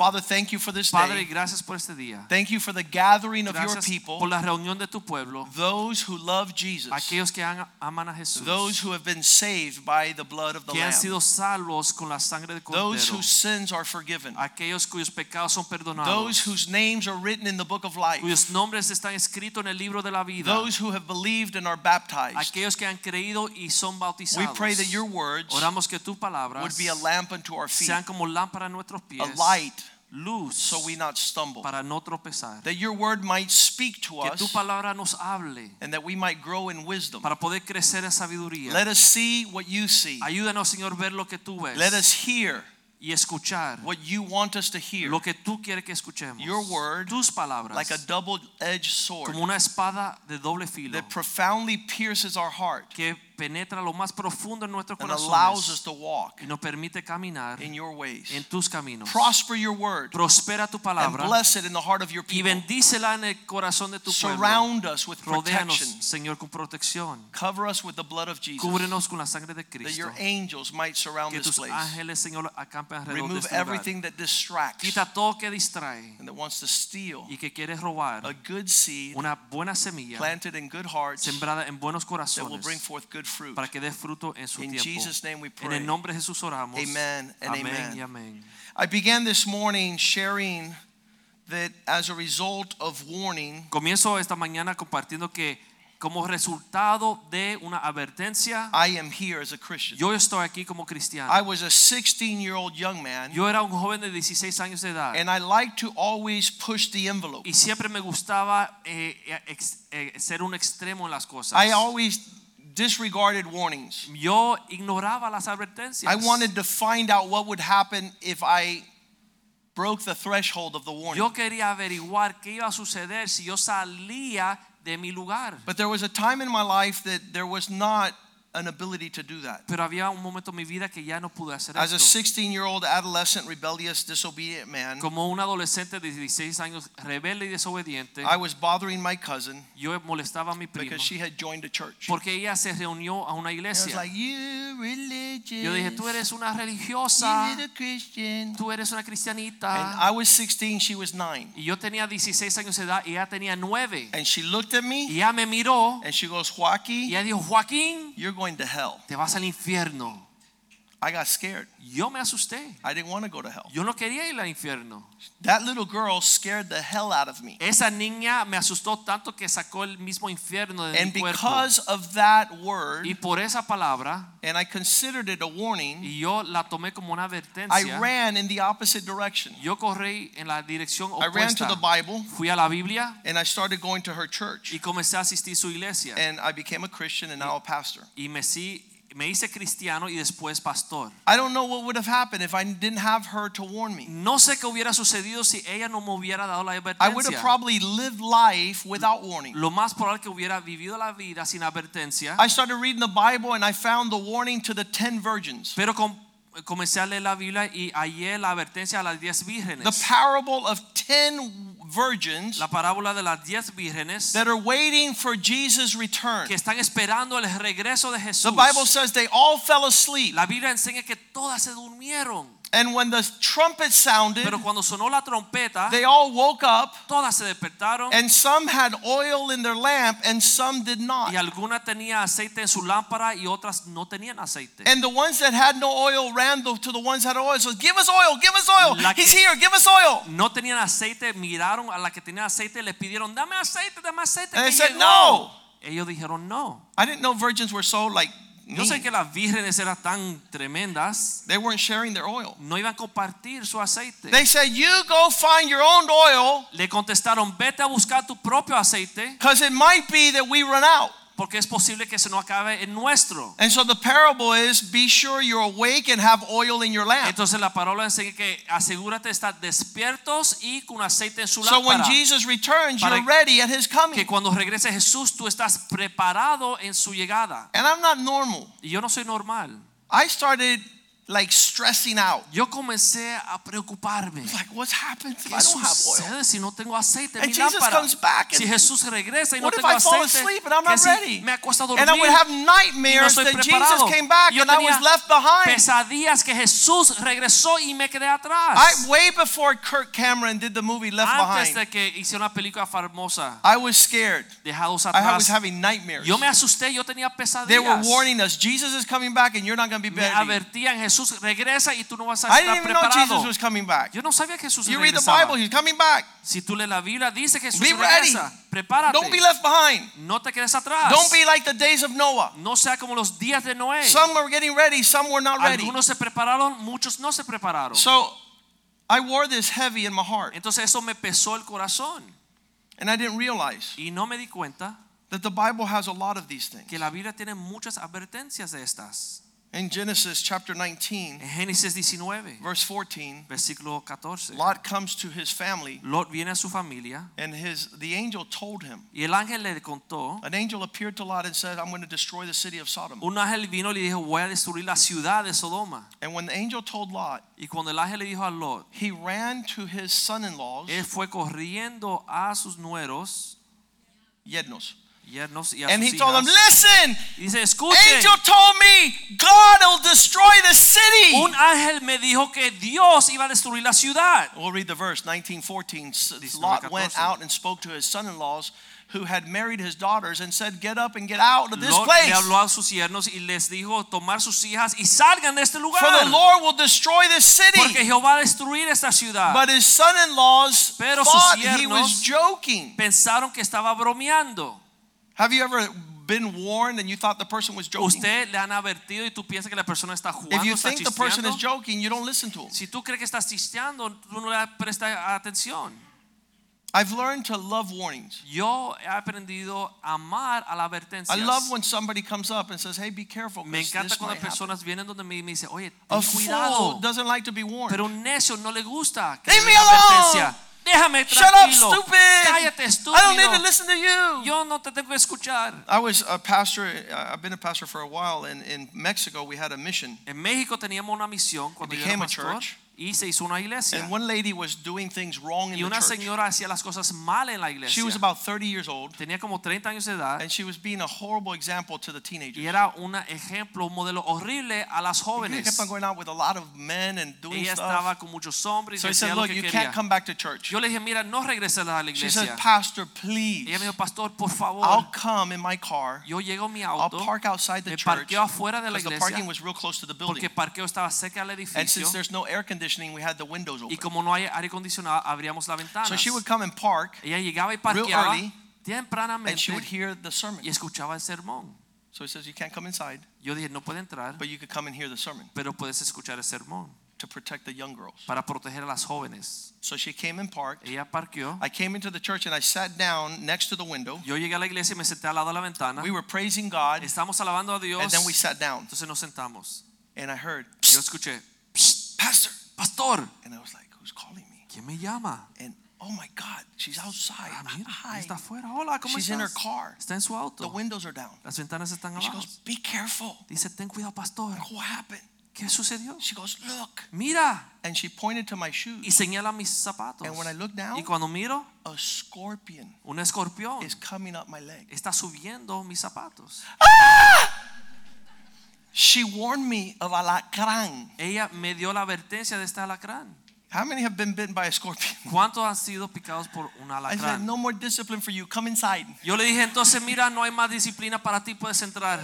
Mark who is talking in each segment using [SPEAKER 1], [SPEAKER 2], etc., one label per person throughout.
[SPEAKER 1] Father, thank you for this
[SPEAKER 2] Padre,
[SPEAKER 1] day.
[SPEAKER 2] gracias por este día.
[SPEAKER 1] Thank you for the gathering of your
[SPEAKER 2] Gracias por
[SPEAKER 1] people,
[SPEAKER 2] la reunión de tu pueblo,
[SPEAKER 1] those who love Jesus,
[SPEAKER 2] aquellos que han- aman a Jesús,
[SPEAKER 1] those who have been saved by the blood of the
[SPEAKER 2] que han sido
[SPEAKER 1] Lamb,
[SPEAKER 2] salvos con la sangre de
[SPEAKER 1] those
[SPEAKER 2] Cordero,
[SPEAKER 1] whose sins are forgiven,
[SPEAKER 2] aquellos cuyos pecados son
[SPEAKER 1] those
[SPEAKER 2] perdonados,
[SPEAKER 1] whose names are written in the book of life,
[SPEAKER 2] cuyos nombres están escritos en el libro de la vida,
[SPEAKER 1] those who have believed and are baptized.
[SPEAKER 2] aquellos que han creído y son
[SPEAKER 1] We
[SPEAKER 2] bautizados.
[SPEAKER 1] pray that your words
[SPEAKER 2] Oramos que tus
[SPEAKER 1] would
[SPEAKER 2] palabras
[SPEAKER 1] be a lamp unto our feet,
[SPEAKER 2] sean como lámpara a nuestros
[SPEAKER 1] a
[SPEAKER 2] pies,
[SPEAKER 1] light,
[SPEAKER 2] luz
[SPEAKER 1] so we not stumble.
[SPEAKER 2] para no tropezar.
[SPEAKER 1] That your word might speak to
[SPEAKER 2] Que tu
[SPEAKER 1] us
[SPEAKER 2] palabra nos hable
[SPEAKER 1] and that we might grow in wisdom.
[SPEAKER 2] para poder crecer en sabiduría.
[SPEAKER 1] Let us see what you see.
[SPEAKER 2] Ayúdanos, Señor, ver lo que tú ves
[SPEAKER 1] Let us hear
[SPEAKER 2] y escuchar
[SPEAKER 1] what you want us to hear.
[SPEAKER 2] lo que tú quieres que escuchemos.
[SPEAKER 1] Your word,
[SPEAKER 2] tus palabras,
[SPEAKER 1] like a double-edged sword
[SPEAKER 2] como una espada de doble filo
[SPEAKER 1] that profoundly pierces our heart
[SPEAKER 2] que penetra lo más profundo en nuestros
[SPEAKER 1] and allows us
[SPEAKER 2] corazones
[SPEAKER 1] to walk
[SPEAKER 2] y nos permite caminar
[SPEAKER 1] in your ways.
[SPEAKER 2] en tus caminos.
[SPEAKER 1] Prosper your word
[SPEAKER 2] Prospera tu
[SPEAKER 1] and
[SPEAKER 2] palabra
[SPEAKER 1] bless it in the heart of your
[SPEAKER 2] y
[SPEAKER 1] people.
[SPEAKER 2] bendícela en el corazón de tu pueblo.
[SPEAKER 1] Surround us with
[SPEAKER 2] Rodéanos,
[SPEAKER 1] protection.
[SPEAKER 2] Señor, con protección.
[SPEAKER 1] Cover us with the blood of Jesus
[SPEAKER 2] Cúbrenos con la sangre de
[SPEAKER 1] that
[SPEAKER 2] Cristo.
[SPEAKER 1] your angels might surround
[SPEAKER 2] Que
[SPEAKER 1] this
[SPEAKER 2] tus
[SPEAKER 1] place.
[SPEAKER 2] ángeles, Señor, acampen alrededor de
[SPEAKER 1] Remove
[SPEAKER 2] este lugar.
[SPEAKER 1] everything that distracts
[SPEAKER 2] Quita todo que distrae
[SPEAKER 1] and that wants to steal
[SPEAKER 2] y que quiere robar
[SPEAKER 1] a good seed
[SPEAKER 2] una buena semilla
[SPEAKER 1] planted in good hearts
[SPEAKER 2] sembrada en buenos
[SPEAKER 1] that will bring
[SPEAKER 2] corazones
[SPEAKER 1] forth good fruit.
[SPEAKER 2] para que dé fruto en su
[SPEAKER 1] In
[SPEAKER 2] tiempo.
[SPEAKER 1] Jesus' name we
[SPEAKER 2] En
[SPEAKER 1] pray.
[SPEAKER 2] el nombre de Jesús oramos.
[SPEAKER 1] Amen and
[SPEAKER 2] amén
[SPEAKER 1] amen.
[SPEAKER 2] y amén.
[SPEAKER 1] I began this morning sharing that as a result of warning,
[SPEAKER 2] Comienzo esta mañana compartiendo que como resultado de una advertencia,
[SPEAKER 1] I am here as a Christian.
[SPEAKER 2] yo estoy aquí como cristiano.
[SPEAKER 1] I was a 16 year old young man,
[SPEAKER 2] yo era un joven de 16 años de edad
[SPEAKER 1] and I like to always push the envelope.
[SPEAKER 2] y siempre me gustaba eh, eh, ex- eh, ser un extremo en las cosas.
[SPEAKER 1] I always disregarded warnings.
[SPEAKER 2] yo ignoraba las advertencias.
[SPEAKER 1] I wanted to find out what would happen if I broke the threshold of the warning.
[SPEAKER 2] yo quería averiguar qué iba a suceder si yo salía de mi lugar.
[SPEAKER 1] But there was a time in my life that there was not an ability to do that.
[SPEAKER 2] Pero había un momento en mi vida que ya no pude hacer
[SPEAKER 1] As a
[SPEAKER 2] esto.
[SPEAKER 1] 16 year old adolescent, rebellious, disobedient man,
[SPEAKER 2] Como un adolescente de 16 años, rebelde y desobediente,
[SPEAKER 1] I was bothering my cousin
[SPEAKER 2] yo molestaba a mi prima
[SPEAKER 1] because she had joined a church.
[SPEAKER 2] porque ella se reunió a una
[SPEAKER 1] I was
[SPEAKER 2] iglesia.
[SPEAKER 1] like, you religious.
[SPEAKER 2] Yo dije, tú eres una
[SPEAKER 1] you
[SPEAKER 2] religiosa,
[SPEAKER 1] little Christian.
[SPEAKER 2] tú eres una
[SPEAKER 1] And
[SPEAKER 2] cristianita.
[SPEAKER 1] I was 16, she was 9.
[SPEAKER 2] Y yo tenía 16 años de edad y ella tenía 9.
[SPEAKER 1] And she looked at
[SPEAKER 2] Y
[SPEAKER 1] me
[SPEAKER 2] ella me miró
[SPEAKER 1] and she goes,
[SPEAKER 2] y
[SPEAKER 1] Joaquin,
[SPEAKER 2] ella dijo, Joaquín,
[SPEAKER 1] you're going to hell.
[SPEAKER 2] te vas al infierno.
[SPEAKER 1] I got scared.
[SPEAKER 2] Yo me asusté.
[SPEAKER 1] I didn't want to go to hell.
[SPEAKER 2] Yo no quería ir al infierno.
[SPEAKER 1] That little girl scared the hell out of me.
[SPEAKER 2] Esa niña me asustó tanto que sacó el mismo infierno de
[SPEAKER 1] And
[SPEAKER 2] mi cuerpo.
[SPEAKER 1] because of that
[SPEAKER 2] Y
[SPEAKER 1] word,
[SPEAKER 2] por esa palabra,
[SPEAKER 1] and I considered it a warning,
[SPEAKER 2] y yo la tomé como una advertencia.
[SPEAKER 1] I ran in the opposite direction.
[SPEAKER 2] Yo corrí en la dirección
[SPEAKER 1] I ran to
[SPEAKER 2] opuesta.
[SPEAKER 1] the Bible
[SPEAKER 2] Fui a la Biblia
[SPEAKER 1] and I started going to her church.
[SPEAKER 2] y comencé a asistir a su iglesia.
[SPEAKER 1] And I became a Christian and now a pastor.
[SPEAKER 2] Y me, sí- me hice cristiano y después pastor.
[SPEAKER 1] I don't know what would have happened if I didn't have her to warn me.
[SPEAKER 2] No sé qué hubiera sucedido si ella no me hubiera dado la
[SPEAKER 1] I would have
[SPEAKER 2] advertencia.
[SPEAKER 1] probably lived life without warning.
[SPEAKER 2] Lo más probable que hubiera vivido la vida sin advertencia.
[SPEAKER 1] I started reading the Bible and I found the warning to the 10 virgins.
[SPEAKER 2] Pero com- comencé a leer la Biblia y hallé la advertencia a las diez
[SPEAKER 1] The
[SPEAKER 2] vírgenes.
[SPEAKER 1] parable of 10 virgins
[SPEAKER 2] La parábola de las diez vírgenes
[SPEAKER 1] that are waiting for Jesus' return.
[SPEAKER 2] que están esperando el regreso de
[SPEAKER 1] The
[SPEAKER 2] Jesús.
[SPEAKER 1] Bible says they all fell asleep.
[SPEAKER 2] La Biblia enseña que todas se durmieron.
[SPEAKER 1] And when the trumpet sounded,
[SPEAKER 2] Pero cuando sonó la trompeta,
[SPEAKER 1] they all woke up
[SPEAKER 2] todas se despertaron
[SPEAKER 1] and some had oil in their lamp and some did not.
[SPEAKER 2] y alguna tenía aceite en su lámpara y otras no tenían aceite.
[SPEAKER 1] And the ones that had no oil ran th- to the ones that had oil. So give us oil, give us oil.
[SPEAKER 2] La
[SPEAKER 1] He's
[SPEAKER 2] que-
[SPEAKER 1] here, give us oil.
[SPEAKER 2] No tenían aceite, miraron a la que tenía aceite y le pidieron, dame aceite, dame aceite.
[SPEAKER 1] And they
[SPEAKER 2] que
[SPEAKER 1] said,
[SPEAKER 2] llegó".
[SPEAKER 1] Eh, "No."
[SPEAKER 2] Ellos dijeron no.
[SPEAKER 1] I didn't know virgins were so like
[SPEAKER 2] Yo sé
[SPEAKER 1] mean.
[SPEAKER 2] que las vírgenes eran tan tremendas,
[SPEAKER 1] They weren't sharing their oil.
[SPEAKER 2] no iban a compartir su aceite.
[SPEAKER 1] They said, "You go find your own oil,
[SPEAKER 2] le contestaron, vete a buscar tu propio aceite,
[SPEAKER 1] because it might be that we run out."
[SPEAKER 2] porque es posible que se no acabe en nuestro.
[SPEAKER 1] And so the parable is be sure you're awake and have oil in your lamp.
[SPEAKER 2] Entonces la palabra enseña que asegúrate de estar despiertos y con aceite en su
[SPEAKER 1] So when
[SPEAKER 2] lámpara.
[SPEAKER 1] Jesus returns,
[SPEAKER 2] Para-
[SPEAKER 1] you're ready at his
[SPEAKER 2] que
[SPEAKER 1] coming.
[SPEAKER 2] cuando regrese Jesús tú estás preparado en su llegada.
[SPEAKER 1] And I'm not normal.
[SPEAKER 2] Y yo no soy normal.
[SPEAKER 1] I started like stressing out.
[SPEAKER 2] Yo comencé a preocuparme.
[SPEAKER 1] Like, what's happened if I
[SPEAKER 2] ¿Qué
[SPEAKER 1] don't have oil?
[SPEAKER 2] sucede si no tengo aceite en
[SPEAKER 1] And
[SPEAKER 2] mi
[SPEAKER 1] Jesus
[SPEAKER 2] lámpara?
[SPEAKER 1] comes back and-
[SPEAKER 2] si Jesús regresa y no
[SPEAKER 1] What if
[SPEAKER 2] tengo
[SPEAKER 1] I fall
[SPEAKER 2] aceite,
[SPEAKER 1] asleep and I'm
[SPEAKER 2] ¿qué
[SPEAKER 1] not
[SPEAKER 2] si
[SPEAKER 1] ready?
[SPEAKER 2] me acuesto a dormir
[SPEAKER 1] And I would have
[SPEAKER 2] y no
[SPEAKER 1] nightmares
[SPEAKER 2] estoy
[SPEAKER 1] that
[SPEAKER 2] preparado.
[SPEAKER 1] Jesus came back
[SPEAKER 2] Yo
[SPEAKER 1] and I was
[SPEAKER 2] tenía
[SPEAKER 1] left behind.
[SPEAKER 2] pesadillas que Jesús regresó y me quedé
[SPEAKER 1] I
[SPEAKER 2] atrás.
[SPEAKER 1] way before Kirk Cameron did the movie Left Behind.
[SPEAKER 2] Antes de que hiciera una película famosa,
[SPEAKER 1] I was scared.
[SPEAKER 2] dejados
[SPEAKER 1] I was
[SPEAKER 2] atrás.
[SPEAKER 1] having nightmares.
[SPEAKER 2] Yo me asusté, yo tenía
[SPEAKER 1] They were
[SPEAKER 2] pesadillas.
[SPEAKER 1] warning us, Jesus is coming back and you're not going to be
[SPEAKER 2] me
[SPEAKER 1] ready.
[SPEAKER 2] advertían, Jesús regresa y tú no vas a
[SPEAKER 1] I
[SPEAKER 2] estar
[SPEAKER 1] didn't even know
[SPEAKER 2] preparado.
[SPEAKER 1] Jesus was coming back.
[SPEAKER 2] Yo no sabía que Jesús
[SPEAKER 1] You read the
[SPEAKER 2] regresaba.
[SPEAKER 1] Bible, he's coming back.
[SPEAKER 2] si tú lees la Biblia, dice que Jesús
[SPEAKER 1] Be ready.
[SPEAKER 2] regresa. Prepárate.
[SPEAKER 1] Don't be left behind.
[SPEAKER 2] no te quedes atrás.
[SPEAKER 1] Don't be like the days of Noah.
[SPEAKER 2] no sea como los días de Noé.
[SPEAKER 1] Some were getting ready, some were not ready.
[SPEAKER 2] Algunos se prepararon, muchos no se prepararon.
[SPEAKER 1] So I wore this heavy in my heart
[SPEAKER 2] Entonces eso me pesó el corazón
[SPEAKER 1] and I didn't realize
[SPEAKER 2] y no me di cuenta
[SPEAKER 1] that the Bible has a lot of these things.
[SPEAKER 2] que la Biblia tiene muchas advertencias de estas.
[SPEAKER 1] In Genesis chapter 19,
[SPEAKER 2] En Génesis 19,
[SPEAKER 1] verse 14,
[SPEAKER 2] versículo 14,
[SPEAKER 1] Lot comes to his family
[SPEAKER 2] Lot viene a su familia
[SPEAKER 1] and his the angel told him.
[SPEAKER 2] y el ángel le contó.
[SPEAKER 1] An angel appeared to Lot and said, "I'm going to destroy the city of Sodom."
[SPEAKER 2] Un ángel vino y le dijo, voy a destruir la ciudad de Sodoma.
[SPEAKER 1] And when the angel told Lot,
[SPEAKER 2] Y cuando el ángel le dijo a Lot,
[SPEAKER 1] he ran to his son-in-laws,
[SPEAKER 2] Él fue corriendo a sus nueros,
[SPEAKER 1] Yednos,
[SPEAKER 2] yernos y a
[SPEAKER 1] and
[SPEAKER 2] sus
[SPEAKER 1] he told them,
[SPEAKER 2] hijas.
[SPEAKER 1] "Listen,
[SPEAKER 2] Y dice, escuchen,
[SPEAKER 1] angel told me God will destroy the city."
[SPEAKER 2] un ángel me dijo que Dios iba a destruir la ciudad.
[SPEAKER 1] We'll read the verse 1914. S-
[SPEAKER 2] 19,
[SPEAKER 1] Lot went
[SPEAKER 2] 14.
[SPEAKER 1] out and spoke to his son-in-laws who had married his daughters and said, "Get up and get out of this
[SPEAKER 2] Lot le
[SPEAKER 1] place."
[SPEAKER 2] habló a sus yernos y les dijo, tomar sus hijas y salgan de este lugar.
[SPEAKER 1] For the Lord will destroy this
[SPEAKER 2] porque
[SPEAKER 1] city.
[SPEAKER 2] Jehová va a destruir esta ciudad.
[SPEAKER 1] But his son in laws
[SPEAKER 2] Pero sus
[SPEAKER 1] thought he
[SPEAKER 2] yernos-
[SPEAKER 1] was joking.
[SPEAKER 2] Pensaron que estaba bromeando.
[SPEAKER 1] Have you ever been warned and you thought the person was joking?
[SPEAKER 2] Usted le han advertido y tú piensas que la persona está jugando,
[SPEAKER 1] If you
[SPEAKER 2] está
[SPEAKER 1] think the person is
[SPEAKER 2] chisteando.
[SPEAKER 1] joking, you don't listen to him.
[SPEAKER 2] Si tú crees que estás chisteando, tú no le prestas atención.
[SPEAKER 1] I've learned to love warnings.
[SPEAKER 2] Yo he aprendido a amar a la advertencia.
[SPEAKER 1] I love when somebody comes up and says, hey, be careful. 'cause
[SPEAKER 2] Me encanta
[SPEAKER 1] this
[SPEAKER 2] cuando
[SPEAKER 1] might
[SPEAKER 2] las
[SPEAKER 1] happen."
[SPEAKER 2] personas vienen donde mí y me dicen, oye, ten
[SPEAKER 1] A fool
[SPEAKER 2] cuidado.
[SPEAKER 1] doesn't like to be warned.
[SPEAKER 2] Pero un necio no le gusta que
[SPEAKER 1] Leave
[SPEAKER 2] le
[SPEAKER 1] me
[SPEAKER 2] den
[SPEAKER 1] alone.
[SPEAKER 2] advertencia. Déjame
[SPEAKER 1] Shut up,
[SPEAKER 2] tranquilo.
[SPEAKER 1] stupid!
[SPEAKER 2] Cállate,
[SPEAKER 1] I don't need to
[SPEAKER 2] estúpido.
[SPEAKER 1] listen to you.
[SPEAKER 2] Yo no te tengo que escuchar.
[SPEAKER 1] I was a pastor, uh, I've been a pastor for a while, and in Mexico we had a mission.
[SPEAKER 2] En México teníamos una misión cuando
[SPEAKER 1] It
[SPEAKER 2] yo era
[SPEAKER 1] became a
[SPEAKER 2] pastor
[SPEAKER 1] church.
[SPEAKER 2] y se hizo una iglesia.
[SPEAKER 1] And one lady was doing things wrong in
[SPEAKER 2] Y
[SPEAKER 1] the
[SPEAKER 2] una
[SPEAKER 1] church.
[SPEAKER 2] señora hacía las cosas mal en la
[SPEAKER 1] She
[SPEAKER 2] iglesia.
[SPEAKER 1] was about 30 years old,
[SPEAKER 2] Tenía como 30 años de edad
[SPEAKER 1] and she was being a horrible example to the
[SPEAKER 2] y
[SPEAKER 1] teenagers.
[SPEAKER 2] era un ejemplo, un modelo horrible a las
[SPEAKER 1] She
[SPEAKER 2] jóvenes.
[SPEAKER 1] kept on going out with a lot of men and doing
[SPEAKER 2] Ella
[SPEAKER 1] stuff.
[SPEAKER 2] estaba con muchos hombres y
[SPEAKER 1] So I
[SPEAKER 2] hacía
[SPEAKER 1] said,
[SPEAKER 2] lo
[SPEAKER 1] Look,
[SPEAKER 2] que
[SPEAKER 1] you
[SPEAKER 2] quería.
[SPEAKER 1] can't come back to church.
[SPEAKER 2] Yo le dije, mira, no regreses a la
[SPEAKER 1] She said,
[SPEAKER 2] iglesia.
[SPEAKER 1] Pastor,
[SPEAKER 2] Ella
[SPEAKER 1] please,
[SPEAKER 2] me dijo, pastor, por
[SPEAKER 1] I'll
[SPEAKER 2] favor,
[SPEAKER 1] come in my car.
[SPEAKER 2] yo llego en mi
[SPEAKER 1] I'll
[SPEAKER 2] auto,
[SPEAKER 1] park outside the
[SPEAKER 2] me
[SPEAKER 1] church
[SPEAKER 2] parqueo afuera de la
[SPEAKER 1] because the parking
[SPEAKER 2] iglesia
[SPEAKER 1] was real close to the
[SPEAKER 2] porque
[SPEAKER 1] building.
[SPEAKER 2] el parqueo estaba cerca del
[SPEAKER 1] And since
[SPEAKER 2] edificio
[SPEAKER 1] there's no air conditioning, we had the windows
[SPEAKER 2] y
[SPEAKER 1] open.
[SPEAKER 2] como no hay aire acondicionado, abríamos la ventana.
[SPEAKER 1] So she would come and park,
[SPEAKER 2] Ella llegaba y parqueaba
[SPEAKER 1] early, and she would
[SPEAKER 2] tempranamente
[SPEAKER 1] hear the sermon.
[SPEAKER 2] y escuchaba el sermón.
[SPEAKER 1] So he says, You can't come inside,
[SPEAKER 2] Yo dije, no puede entrar,
[SPEAKER 1] but you could come and hear the sermon
[SPEAKER 2] pero puedes escuchar el sermón
[SPEAKER 1] to protect the young girls.
[SPEAKER 2] para proteger a las jóvenes.
[SPEAKER 1] So she came and parked.
[SPEAKER 2] Ella parqueó.
[SPEAKER 1] I came into the church and I sat down next to the window.
[SPEAKER 2] Yo llegué a la iglesia y me senté al lado de la ventana.
[SPEAKER 1] We were praising God,
[SPEAKER 2] Estamos alabando a Ah. Dios.
[SPEAKER 1] and then we sat down.
[SPEAKER 2] Entonces nos sentamos.
[SPEAKER 1] And I heard,
[SPEAKER 2] Y Yo escuché, "Psst,
[SPEAKER 1] Pastor.
[SPEAKER 2] pastor,
[SPEAKER 1] And I was like, Who's calling me?
[SPEAKER 2] ¿quién me llama?
[SPEAKER 1] And oh my God, she's outside.
[SPEAKER 2] Ah, mira,
[SPEAKER 1] Hi.
[SPEAKER 2] ella está afuera. Hola, ¿cómo
[SPEAKER 1] She's in her
[SPEAKER 2] estás?
[SPEAKER 1] car.
[SPEAKER 2] Está en su
[SPEAKER 1] The
[SPEAKER 2] auto.
[SPEAKER 1] windows are down.
[SPEAKER 2] Las ventanas están
[SPEAKER 1] And she
[SPEAKER 2] abajo.
[SPEAKER 1] goes, Be careful.
[SPEAKER 2] Dice, ten cuidado, pastor.
[SPEAKER 1] Like, What happened?
[SPEAKER 2] ¿Qué sucedió?
[SPEAKER 1] She goes, Look.
[SPEAKER 2] Mira.
[SPEAKER 1] And she pointed to my
[SPEAKER 2] Y
[SPEAKER 1] shoes.
[SPEAKER 2] señala mis zapatos.
[SPEAKER 1] And when I look
[SPEAKER 2] Y Oh.
[SPEAKER 1] down,
[SPEAKER 2] cuando miro,
[SPEAKER 1] a scorpion
[SPEAKER 2] un escorpión
[SPEAKER 1] is coming up my leg. Ah!
[SPEAKER 2] está subiendo mis zapatos.
[SPEAKER 1] She warned me of alacrán.
[SPEAKER 2] Ella me dio la advertencia de este alacrán.
[SPEAKER 1] How many have been bitten by a scorpion?
[SPEAKER 2] ¿Cuántos han sido picados por un
[SPEAKER 1] I said,
[SPEAKER 2] alacrán?
[SPEAKER 1] No more discipline for you. Come inside.
[SPEAKER 2] Yo le dije, entonces mira, no hay más disciplina para ti, puedes entrar.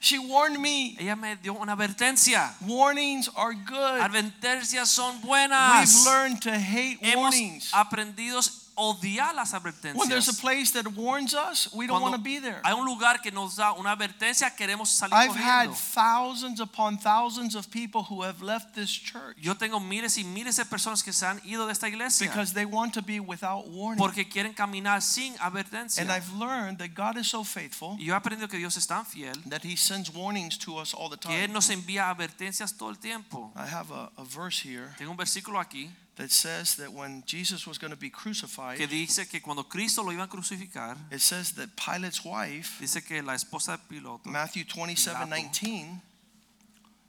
[SPEAKER 1] She warned me.
[SPEAKER 2] Ella me dio una advertencia.
[SPEAKER 1] Warnings are good.
[SPEAKER 2] Advertencias son
[SPEAKER 1] We've
[SPEAKER 2] buenas.
[SPEAKER 1] learned to hate
[SPEAKER 2] Hemos
[SPEAKER 1] warnings.
[SPEAKER 2] aprendido odiar las
[SPEAKER 1] When there's a
[SPEAKER 2] advertencias.
[SPEAKER 1] place that warns us, we don't want
[SPEAKER 2] Cuando
[SPEAKER 1] to be there.
[SPEAKER 2] hay un lugar que nos da una advertencia, queremos salir
[SPEAKER 1] I've had
[SPEAKER 2] corriendo.
[SPEAKER 1] thousands upon thousands of people who have left this church
[SPEAKER 2] Yo tengo miles y miles de personas que se han ido de esta iglesia
[SPEAKER 1] because they want to be without warning.
[SPEAKER 2] porque quieren caminar sin advertencia.
[SPEAKER 1] And I've learned that God is so faithful
[SPEAKER 2] Y yo he aprendido que Dios es tan fiel
[SPEAKER 1] that He sends warnings to us all the
[SPEAKER 2] que Él
[SPEAKER 1] time.
[SPEAKER 2] nos envía advertencias todo el tiempo.
[SPEAKER 1] I have a, a verse here
[SPEAKER 2] Tengo un versículo aquí
[SPEAKER 1] that says that when Jesus was going to be
[SPEAKER 2] que
[SPEAKER 1] crucified,
[SPEAKER 2] dice que cuando Cristo lo iban a crucificar,
[SPEAKER 1] it says that Pilate's wife,
[SPEAKER 2] dice que la esposa de Piloto,
[SPEAKER 1] Matthew 27 19,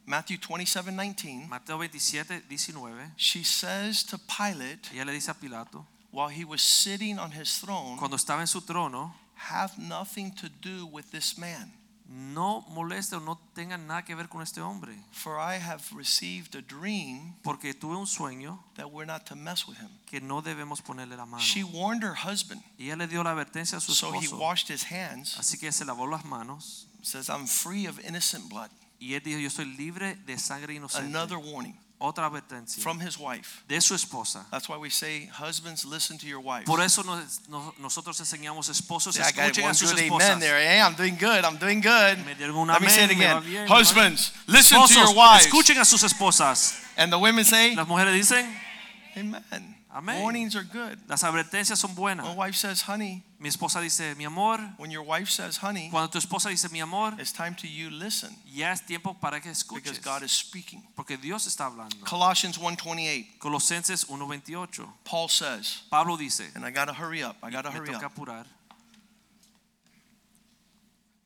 [SPEAKER 1] Matthew 27 19,
[SPEAKER 2] Mateo 27, 19,
[SPEAKER 1] she says to Pilate
[SPEAKER 2] ella le dice a Pilato,
[SPEAKER 1] while he was sitting on his throne,
[SPEAKER 2] cuando estaba en su trono,
[SPEAKER 1] have nothing to do with this man.
[SPEAKER 2] no moleste o no tenga nada que ver con este hombre,
[SPEAKER 1] For I have received a dream
[SPEAKER 2] porque tuve un sueño
[SPEAKER 1] that we're not to mess with him.
[SPEAKER 2] que no debemos ponerle la mano.
[SPEAKER 1] She warned her husband,
[SPEAKER 2] Y ella le dio la advertencia a su
[SPEAKER 1] so he
[SPEAKER 2] esposo.
[SPEAKER 1] washed his hands.
[SPEAKER 2] Así que se lavó las manos
[SPEAKER 1] Says, I'm free of innocent blood.
[SPEAKER 2] y él dijo, yo soy libre de sangre inocente.
[SPEAKER 1] Another warning
[SPEAKER 2] Otra advertencia
[SPEAKER 1] from his wife.
[SPEAKER 2] de su esposa.
[SPEAKER 1] That's why we say, husbands, listen to your wife.
[SPEAKER 2] Por eso nos- nos- nosotros enseñamos esposos,
[SPEAKER 1] Yeah, I got
[SPEAKER 2] escuchen
[SPEAKER 1] one
[SPEAKER 2] a sus
[SPEAKER 1] good amen
[SPEAKER 2] esposas.
[SPEAKER 1] there. Hey, I'm doing good. I'm doing good.
[SPEAKER 2] Me dieron un
[SPEAKER 1] Let me say
[SPEAKER 2] amén,
[SPEAKER 1] it
[SPEAKER 2] me va
[SPEAKER 1] again.
[SPEAKER 2] bien, me va
[SPEAKER 1] Husbands, listen to your
[SPEAKER 2] Esposos,
[SPEAKER 1] wives.
[SPEAKER 2] escuchen a sus esposas.
[SPEAKER 1] And the women say,
[SPEAKER 2] Las mujeres dicen,
[SPEAKER 1] Amen.
[SPEAKER 2] Amén.
[SPEAKER 1] Warnings are good.
[SPEAKER 2] las advertencias son
[SPEAKER 1] My
[SPEAKER 2] buenas.
[SPEAKER 1] wife says, honey,
[SPEAKER 2] Mi esposa dice, mi amor.
[SPEAKER 1] when your wife says, honey,
[SPEAKER 2] Cuando tu esposa dice, mi amor,
[SPEAKER 1] it's time to you listen
[SPEAKER 2] ya es tiempo para que
[SPEAKER 1] because
[SPEAKER 2] escuches.
[SPEAKER 1] God is speaking.
[SPEAKER 2] Porque Dios está hablando.
[SPEAKER 1] Colossians 1:28,
[SPEAKER 2] Colosenses 1.28.
[SPEAKER 1] Paul says,
[SPEAKER 2] Pablo dice,
[SPEAKER 1] and I got to hurry up. I got to
[SPEAKER 2] me
[SPEAKER 1] hurry
[SPEAKER 2] toca
[SPEAKER 1] up.
[SPEAKER 2] apurar.